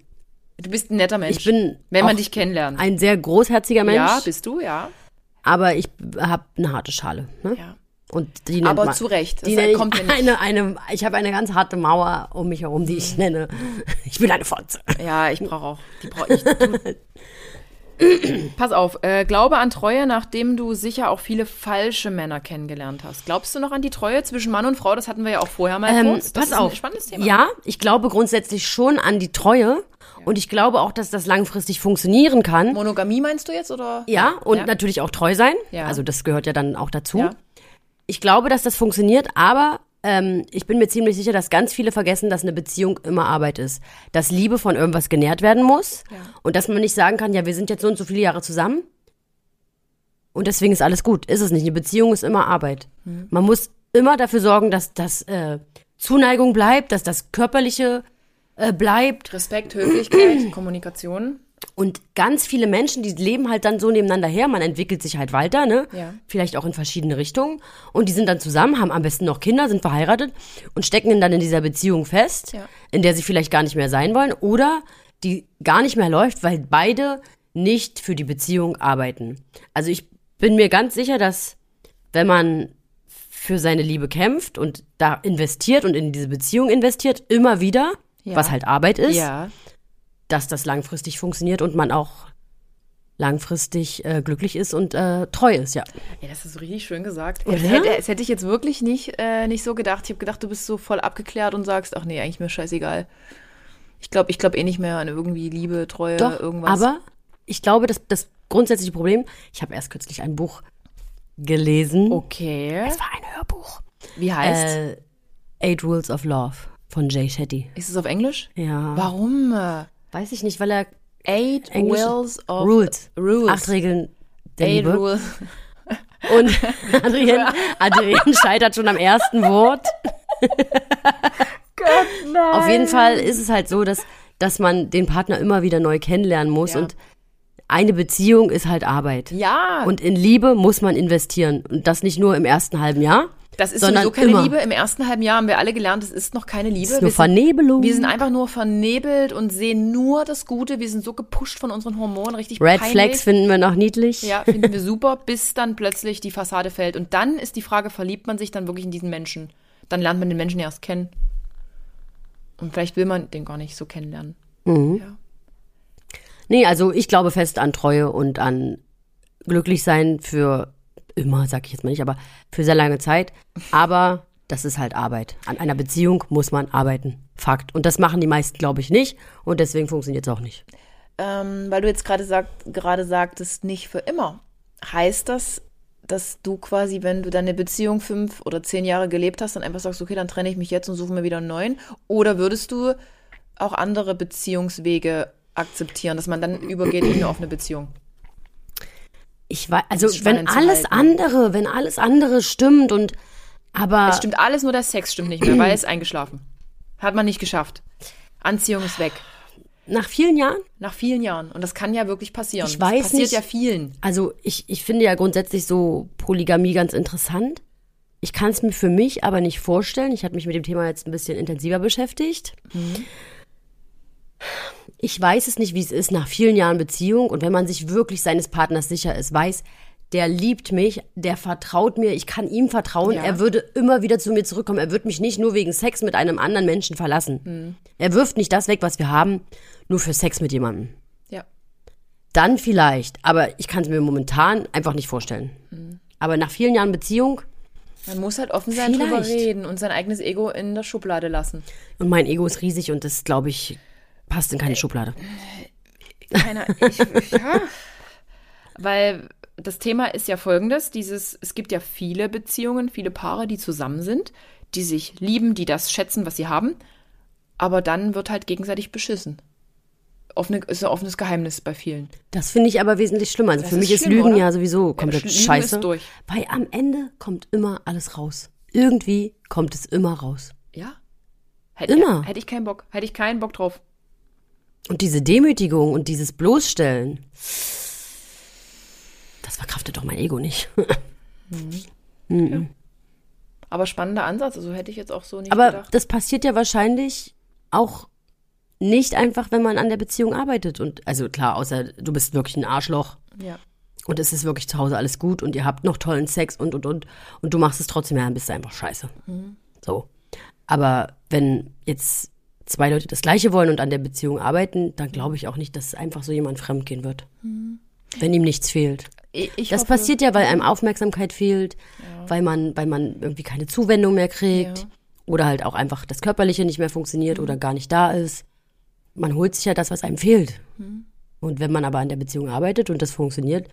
Du bist ein netter Mensch. ich bin wenn man auch dich kennenlernt. ein sehr großherziger Mensch, Ja, bist du, ja. aber ich habe eine harte Schale. Ne? ja. Und die nennt Aber man, zu Recht. Die Das nenne ich kommt mir nicht. eine, eine, ich habe eine ganz harte Mauer um mich herum, die Mhm. ich nenne. Ich bin eine Fotze. Ja, ich brauche auch. Die brauch ich. Pass auf, äh, glaube an Treue, nachdem du sicher auch viele falsche Männer kennengelernt hast. Glaubst du noch an die Treue zwischen Mann und Frau? Das hatten wir ja auch vorher mal Ähm, kurz. pass Das ist auf. ein spannendes Thema. Ja, ich glaube grundsätzlich schon an die Treue. Und ich glaube auch, dass das langfristig funktionieren kann. Monogamie meinst du jetzt oder? Ja, und Ja. natürlich auch treu sein. Ja. Also das gehört ja dann auch dazu. Ja. Ich glaube, dass das funktioniert, aber ähm, ich bin mir ziemlich sicher, dass ganz viele vergessen, dass eine Beziehung immer Arbeit ist. Dass Liebe von irgendwas genährt werden muss. Und dass man nicht sagen kann, ja, wir sind jetzt so und so viele Jahre zusammen. Und deswegen ist alles gut. Ist es nicht. Eine Beziehung ist immer Arbeit. Mhm. Man muss immer dafür sorgen, dass das äh, Zuneigung bleibt, dass das Körperliche äh, bleibt. Respekt, Höflichkeit, Kommunikation. Und ganz viele Menschen, die leben halt dann so nebeneinander her. Man entwickelt sich halt weiter, ne? Ja. Vielleicht auch in verschiedene Richtungen. Und die sind dann zusammen, haben am besten noch Kinder, sind verheiratet und stecken dann in dieser Beziehung fest, Ja. in der sie vielleicht gar nicht mehr sein wollen oder die gar nicht mehr läuft, weil beide nicht für die Beziehung arbeiten. Also ich bin mir ganz sicher, dass wenn man für seine Liebe kämpft und da investiert und in diese Beziehung investiert, immer wieder, Ja. was halt Arbeit ist, Ja. dass das langfristig funktioniert und man auch langfristig äh, glücklich ist und äh, treu ist, ja. Ja, das ist so richtig schön gesagt. Oder? Das hätte, das hätte ich jetzt wirklich nicht, äh, nicht so gedacht. Ich habe gedacht, du bist so voll abgeklärt und sagst, ach nee, eigentlich mir scheißegal. Ich glaube ich glaub eh nicht mehr an irgendwie Liebe, Treue, Doch, irgendwas. aber ich glaube, dass das grundsätzliche Problem, ich habe erst kürzlich ein Buch gelesen. Oh. okay. Es war ein Hörbuch. Wie heißt? Äh, Eight Rules of Love von Jay Shetty. ist es auf Englisch? Ja. Warum? äh, Weiß ich nicht, weil er Eight Englisch- Wills of Rules. Rules. Acht Regeln der Eight Liebe. Rules. Und Adrienne, Adrienne scheitert schon am ersten Wort. Auf jeden Fall ist es halt so, dass, dass man den Partner immer wieder neu kennenlernen muss Ja. und eine Beziehung ist halt Arbeit. Ja, Und in Liebe muss man investieren. Und das nicht nur im ersten halben Jahr. das ist sondern sowieso keine immer. Liebe. Im ersten halben Jahr haben wir alle gelernt, es ist noch keine Liebe. Das ist Wir nur sind Vernebelung. Wir sind einfach nur vernebelt und sehen nur das Gute. Wir sind so gepusht von unseren Hormonen, richtig Red peinlich. Flags finden wir noch niedlich. Ja, finden wir super, bis dann plötzlich die Fassade fällt. Und dann ist die Frage, verliebt man sich dann wirklich in diesen Menschen? Dann lernt man den Menschen erst kennen. Und vielleicht will man den gar nicht so kennenlernen. Mhm. Ja. Nee, also ich glaube fest an Treue und an glücklich sein für immer, sag ich jetzt mal nicht, aber für sehr lange Zeit. Aber das ist halt Arbeit. An einer Beziehung muss man arbeiten. Fakt. Und das machen die meisten, glaube ich, nicht. Und deswegen funktioniert es auch nicht. Ähm, weil du jetzt gerade sagt, gerade sagtest, nicht für immer. Heißt das, dass du quasi, wenn du deine Beziehung fünf oder zehn Jahre gelebt hast, dann einfach sagst, okay, dann trenne ich mich jetzt und suche mir wieder einen neuen? Oder würdest du auch andere Beziehungswege akzeptieren, dass man dann übergeht in eine offene Beziehung? Ich weiß, also ist wenn spannend zu alles halten. andere, wenn alles andere stimmt und aber Es stimmt alles, nur der Sex stimmt nicht mehr, weil er ist eingeschlafen. Hat man nicht geschafft. Anziehung ist weg. nach vielen Jahren, Nach vielen Jahren. Und das kann ja wirklich passieren. Ich weiß das passiert nicht. ja vielen. also ich, ich finde ja grundsätzlich so Polygamie ganz interessant. Ich kann es mir für mich aber nicht vorstellen. Ich habe mich mit dem Thema jetzt ein bisschen intensiver beschäftigt. Ich weiß es nicht, wie es ist nach vielen Jahren Beziehung und wenn man sich wirklich seines Partners sicher ist, weiß, der liebt mich, der vertraut mir, ich kann ihm vertrauen, Ja. er würde immer wieder zu mir zurückkommen, er wird mich nicht nur wegen Sex mit einem anderen Menschen verlassen. Er wirft nicht das weg, was wir haben, nur für Sex mit jemandem. Ja. Dann vielleicht, aber ich kann es mir momentan einfach nicht vorstellen. Mhm. Aber nach vielen Jahren Beziehung Man muss halt offen sein, drüber Vielleicht. reden und sein eigenes Ego in der Schublade lassen. und mein Ego ist riesig und das, glaube ich, passt in Äh, keine Schublade. Keiner, ich, ja. Weil das Thema ist ja folgendes: dieses, es gibt ja viele Beziehungen, viele Paare, die zusammen sind, die sich lieben, die das schätzen, was sie haben, aber dann wird halt gegenseitig beschissen. Offene, ist ein offenes Geheimnis bei vielen. Das finde ich aber wesentlich schlimmer. Also Das für ist mich ist schlimm, Lügen oder? ja sowieso komplett Lügen ist scheiße. durch. Weil am Ende kommt immer alles raus. Irgendwie kommt es immer raus. Ja. Hätte, Immer. Hätte ich keinen Bock. Hätte ich keinen Bock drauf. Und diese Demütigung und dieses Bloßstellen, das verkraftet doch mein Ego nicht. Aber spannender Ansatz. Also hätte ich jetzt auch so nicht aber gedacht. das passiert ja wahrscheinlich auch nicht einfach, wenn man an der Beziehung arbeitet. Und also klar, außer du bist wirklich ein Arschloch. Ja. Und es ist wirklich zu Hause alles gut und ihr habt noch tollen Sex und und und. Und du machst es trotzdem, ja, dann bist du einfach scheiße. So. Aber wenn jetzt zwei Leute das Gleiche wollen und an der Beziehung arbeiten, dann glaube ich auch nicht, dass einfach so jemand fremdgehen wird. Wenn ihm nichts fehlt. Ich, ich Das hoffe- passiert ja, weil einem Aufmerksamkeit fehlt, weil, man, weil man irgendwie keine Zuwendung mehr kriegt Ja. Mhm. oder halt auch einfach das Körperliche nicht mehr funktioniert oder gar nicht da ist. Man holt sich ja das, was einem fehlt. Mhm. Und wenn man aber an der Beziehung arbeitet und das funktioniert,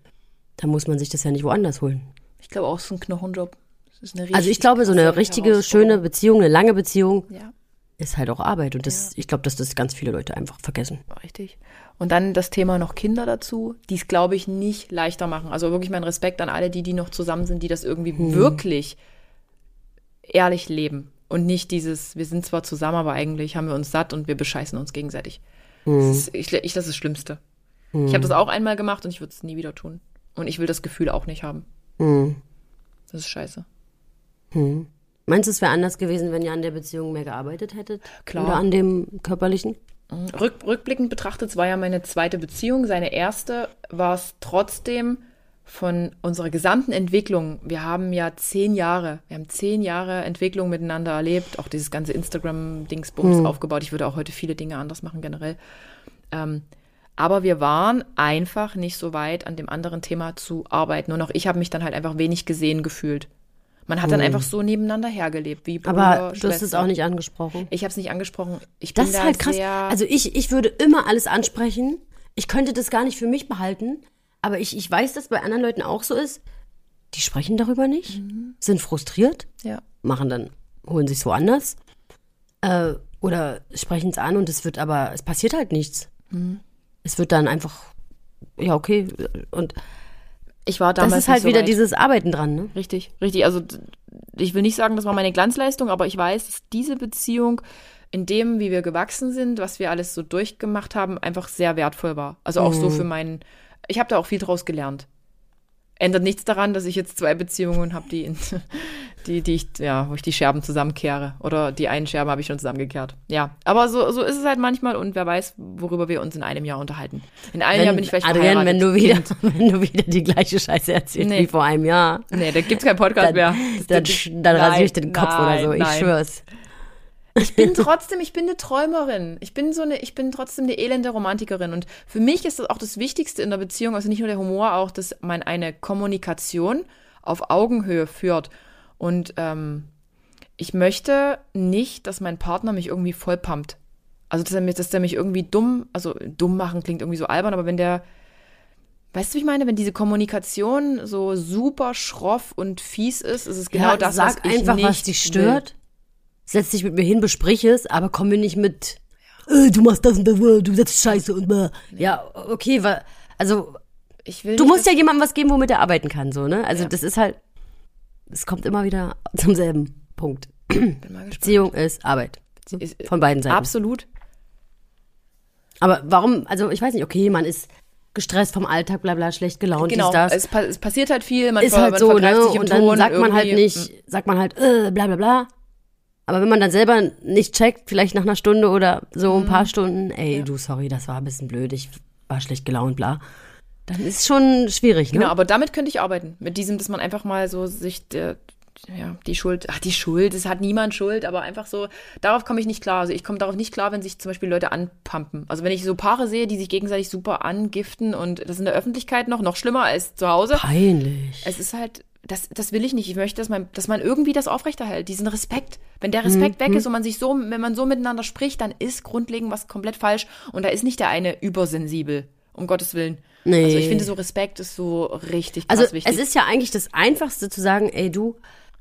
dann muss man sich das ja nicht woanders holen. Ich glaube auch, so ein Knochenjob. Das ist eine Also ich richtig glaube, so krasse eine richtige, Herausforderung. schöne Beziehung, eine lange Beziehung Ja. ist halt auch Arbeit. Und das, ich glaube, dass das ganz viele Leute einfach vergessen. Richtig. Und dann das Thema noch Kinder dazu, die es, glaube ich, nicht leichter machen. Also wirklich mein Respekt an alle, die, die noch zusammen sind, die das irgendwie wirklich ehrlich leben. Und nicht dieses, wir sind zwar zusammen, aber eigentlich haben wir uns satt und wir bescheißen uns gegenseitig. Das, ist, ich, ich, das ist das Schlimmste. Ich habe das auch einmal gemacht und ich würde es nie wieder tun. Und ich will das Gefühl auch nicht haben. Das ist scheiße. Meinst du, es wäre anders gewesen, wenn ihr an der Beziehung mehr gearbeitet hättet? Klar. Oder an dem körperlichen? Mhm. Rück, rückblickend betrachtet, es war ja meine zweite Beziehung. Seine erste war es trotzdem von unserer gesamten Entwicklung. Wir haben ja zehn Jahre, wir haben zehn Jahre Entwicklung miteinander erlebt, auch dieses ganze Mhm. Instagram-Dingsbums aufgebaut. Ich würde auch heute viele Dinge anders machen generell. Ähm, aber wir waren einfach nicht so weit, an dem anderen Thema zu arbeiten. Und auch ich habe mich dann halt einfach wenig gesehen gefühlt. Man hat dann einfach so nebeneinander hergelebt, wie Bruder, Mhm. Aber du hast es Schwester. auch nicht angesprochen. Ich habe es nicht angesprochen. Ich Das bin ist da halt krass. Sehr Also ich, ich würde immer alles ansprechen. Ich könnte das gar nicht für mich behalten. Aber ich, ich weiß, dass bei anderen Leuten auch so ist. Die sprechen darüber nicht, Mhm. sind frustriert, ja. machen dann, holen sich woanders. Äh, oder sprechen es an und es wird aber, es passiert halt nichts. Mhm. Es wird dann einfach, ja, okay. Und Ich war das damals ist halt nicht so wieder weit. dieses Arbeiten dran, ne? Richtig, richtig. Also d- ich will nicht sagen, das war meine Glanzleistung, aber ich weiß, dass diese Beziehung in dem, wie wir gewachsen sind, was wir alles so durchgemacht haben, einfach sehr wertvoll war. Also auch Mhm. so für meinen. Ich habe da auch viel draus gelernt. Ändert nichts daran, dass ich jetzt zwei Beziehungen habe, die, in- die, die ich, ja, wo ich die Scherben zusammenkehre. Oder die einen Scherben habe ich schon zusammengekehrt. Ja. Aber so, so ist es halt manchmal und wer weiß, worüber wir uns in einem Jahr unterhalten. In einem Jahr bin ich vielleicht Adrian, wenn verheiratet. du, wieder, wenn du wieder die gleiche Scheiße erzählst Nee. wie vor einem Jahr. Nee, da gibt's keinen Podcast dann, mehr. dann, sch- dann rasiere ich den Kopf nein, oder so. Ich nein. schwör's. Ich bin trotzdem, ich bin eine Träumerin. Ich bin so eine, ich bin trotzdem eine elende Romantikerin. Und für mich ist das auch das Wichtigste in der Beziehung, also nicht nur der Humor, auch, dass man eine Kommunikation auf Augenhöhe führt. Und ähm, ich möchte nicht, dass mein Partner mich irgendwie vollpumpt. Also, dass er, mich, dass der mich irgendwie dumm, also dumm machen klingt irgendwie so albern, aber wenn der, weißt du, wie ich meine, wenn diese Kommunikation so super schroff und fies ist, ist es genau Ja, das, sag was ich einfach, nicht was dich will. stört. Setz dich mit mir hin, besprich es, aber komm mir nicht mit, äh, du machst das und das, äh, du setzt Scheiße und blah. Ja, okay, wa, also Ich will du nicht, musst ja jemandem was geben, womit er arbeiten kann, so, ne? Also Ja. das ist halt, es kommt immer wieder zum selben Punkt. dass- bin mal gespannt. Beziehung ist Arbeit. Ist- äh, Von beiden Seiten. Absolut. Aber warum, also ich weiß nicht, okay, man ist gestresst vom Alltag, bla bla, schlecht gelaunt, Genau. dies, das. Es, pa es passiert halt viel. Man, ist ver halt man so, vergreift ne? sich im Und dann Ton sagt man halt irgendwie. mm. nicht, sagt man halt, äh, bla bla bla. Aber wenn man dann selber nicht checkt, vielleicht nach einer Stunde oder so Mm. ein paar Stunden, ey, du, sorry, das war ein bisschen blöd, ich war schlecht gelaunt, bla. Dann ist schon schwierig, ne? Genau, aber damit könnte ich arbeiten. Mit diesem, dass man einfach mal so sich der, ja, die Schuld, ach, die Schuld, es hat niemand Schuld, aber einfach so, darauf komme ich nicht klar. Also ich komme darauf nicht klar, wenn sich zum Beispiel Leute anpumpen. Also wenn ich so Paare sehe, die sich gegenseitig super angiften und das in der Öffentlichkeit noch, noch schlimmer als zu Hause. Peinlich. Es ist halt, das, das will ich nicht. Ich möchte, dass man, dass man irgendwie das aufrechterhält, diesen Respekt. Wenn der Mhm. Respekt weg ist und man sich so, wenn man so miteinander spricht, dann ist grundlegend was komplett falsch. Und da ist nicht der eine übersensibel, um Gottes Willen. Nee. Also ich finde, so Respekt ist so richtig krass Also wichtig. es ist ja eigentlich das Einfachste zu sagen, ey, du,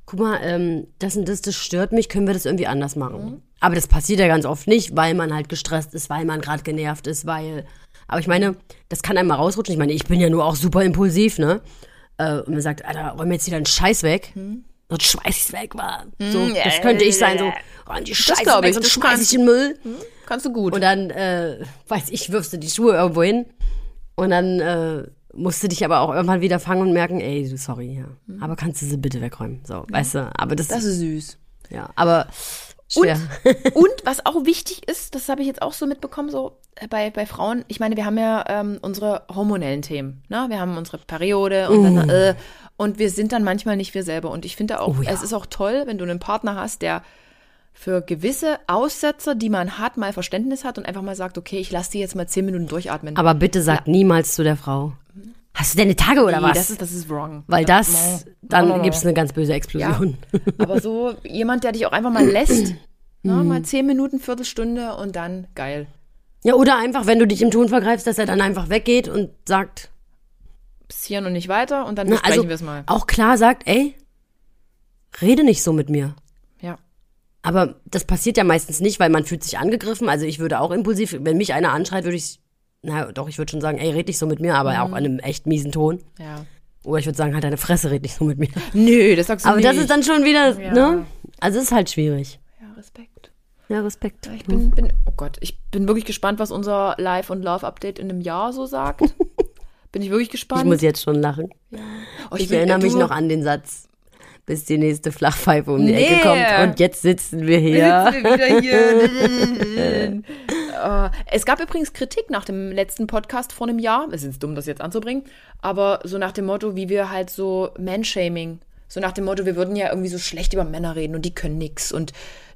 guck mal, ähm, das und das, das stört mich, können wir das irgendwie anders machen. Mhm. Aber das passiert ja ganz oft nicht, weil man halt gestresst ist, weil man gerade genervt ist, weil. Aber ich meine, das kann einem mal rausrutschen. Ich meine, ich bin ja nur auch super impulsiv, ne? Äh, und man sagt, Alter, räum jetzt hier deinen Scheiß weg. Sonst schmeiß ich's weg, Mann. So, Mhm. ja, das könnte ich sein, so, ja, räum die Scheiße glaub weg, ich, sonst das schmeiß kannst ich in den Müll. Kannst du gut. Und dann, äh, weiß ich, wirfst du die Schuhe irgendwo hin. Und dann äh, musst du dich aber auch irgendwann wieder fangen und merken, ey, du, sorry, ja. Aber kannst du sie bitte wegräumen? So, weißt du, aber das, das ist süß. ja, aber Schwer. Und, und was auch wichtig ist, das habe ich jetzt auch so mitbekommen, so äh, bei, bei Frauen, ich meine, wir haben ja ähm, unsere hormonellen Themen, ne? Wir haben unsere Periode und dann, äh, und wir sind dann manchmal nicht wir selber. Und ich finde auch, Mm. Oh ja. es ist auch toll, wenn du einen Partner hast, der für gewisse Aussetzer, die man hat, mal Verständnis hat und einfach mal sagt, okay, ich lasse die jetzt mal zehn Minuten durchatmen. Aber bitte sag niemals zu der Frau, hast du deine Tage oder Nee, was? Das ist, das ist wrong. Weil Ja, das, no. dann No, no, no. gibt's eine ganz böse Ja. Explosion. Aber so jemand, der dich auch einfach mal lässt, ne, Mm. mal zehn Minuten, Viertelstunde und dann geil. Ja. oder einfach, wenn du dich im Ton vergreifst, dass er dann einfach weggeht und sagt, Bis hier und nicht weiter und dann na, besprechen also wir es mal. auch klar sagt, ey, rede nicht so mit mir. Ja. Aber das passiert ja meistens nicht, weil man fühlt sich angegriffen. Also ich würde auch impulsiv, wenn mich einer anschreit, würde ich, na doch, ich würde schon sagen, ey, red nicht so mit mir, aber auch in Mhm. einem echt miesen Ton. ja. Oder ich würde sagen, halt deine Fresse, red nicht so mit mir. Nö, das sagst du Aber nicht. das ist dann schon wieder, Ja. ne? Also es ist halt schwierig. ja, Respekt. Ja, Respekt. Ja, Ich bin, bin, oh Gott, ich bin wirklich gespannt, was unser Live- und Love-Update in einem Jahr so sagt. bin ich wirklich Ich gespannt. muss jetzt schon lachen. oh, Ich bin- erinnere du- mich noch an den Satz, bis die nächste Flachpfeife um die Nee. Ecke kommt und jetzt sitzen wir hier. Sitzen wir wieder hier. Äh, es gab übrigens Kritik nach dem letzten Podcast vor einem Jahr. Es ist dumm, das jetzt anzubringen. Aber so nach dem Motto, wie wir halt so Manshaming. So nach dem Motto, wir würden ja irgendwie so schlecht über Männer reden und die können nix und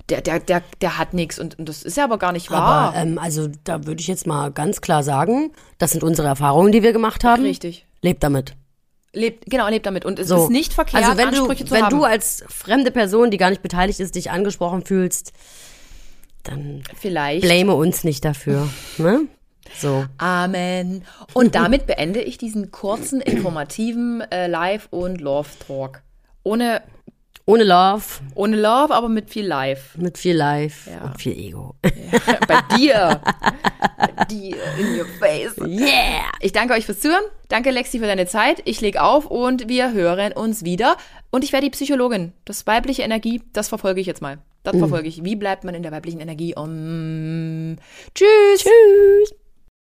der, der, der, der hat nix und, und das ist ja aber gar nicht wahr. Aber ähm, also da würde ich jetzt mal ganz klar sagen, das sind unsere Erfahrungen, die wir gemacht haben. Richtig. Lebt damit. Lebt, genau, lebt damit. Und es ähm, So. ist nicht verkehrt, also wenn Ansprüche du, zu wenn haben. du als fremde Person, die gar nicht beteiligt ist, dich angesprochen fühlst, dann Vielleicht. blame uns nicht dafür. ne? So. Amen. Und damit beende ich diesen kurzen, informativen äh, Live- und Love-Talk. Ohne Ohne Love, Ohne Love, aber mit viel Live. mit viel Life Ja. und viel Ego. Bei dir. Bei dir in your face. Yeah! Ich danke euch fürs Zuhören. Danke, Lexi, für deine Zeit. Ich leg auf und wir hören uns wieder. Und ich werde die Psychologin. Das weibliche Energie, das verfolge ich jetzt mal. Das verfolge ich. Wie bleibt man in der weiblichen Energie? Um, tschüss. Tschüss.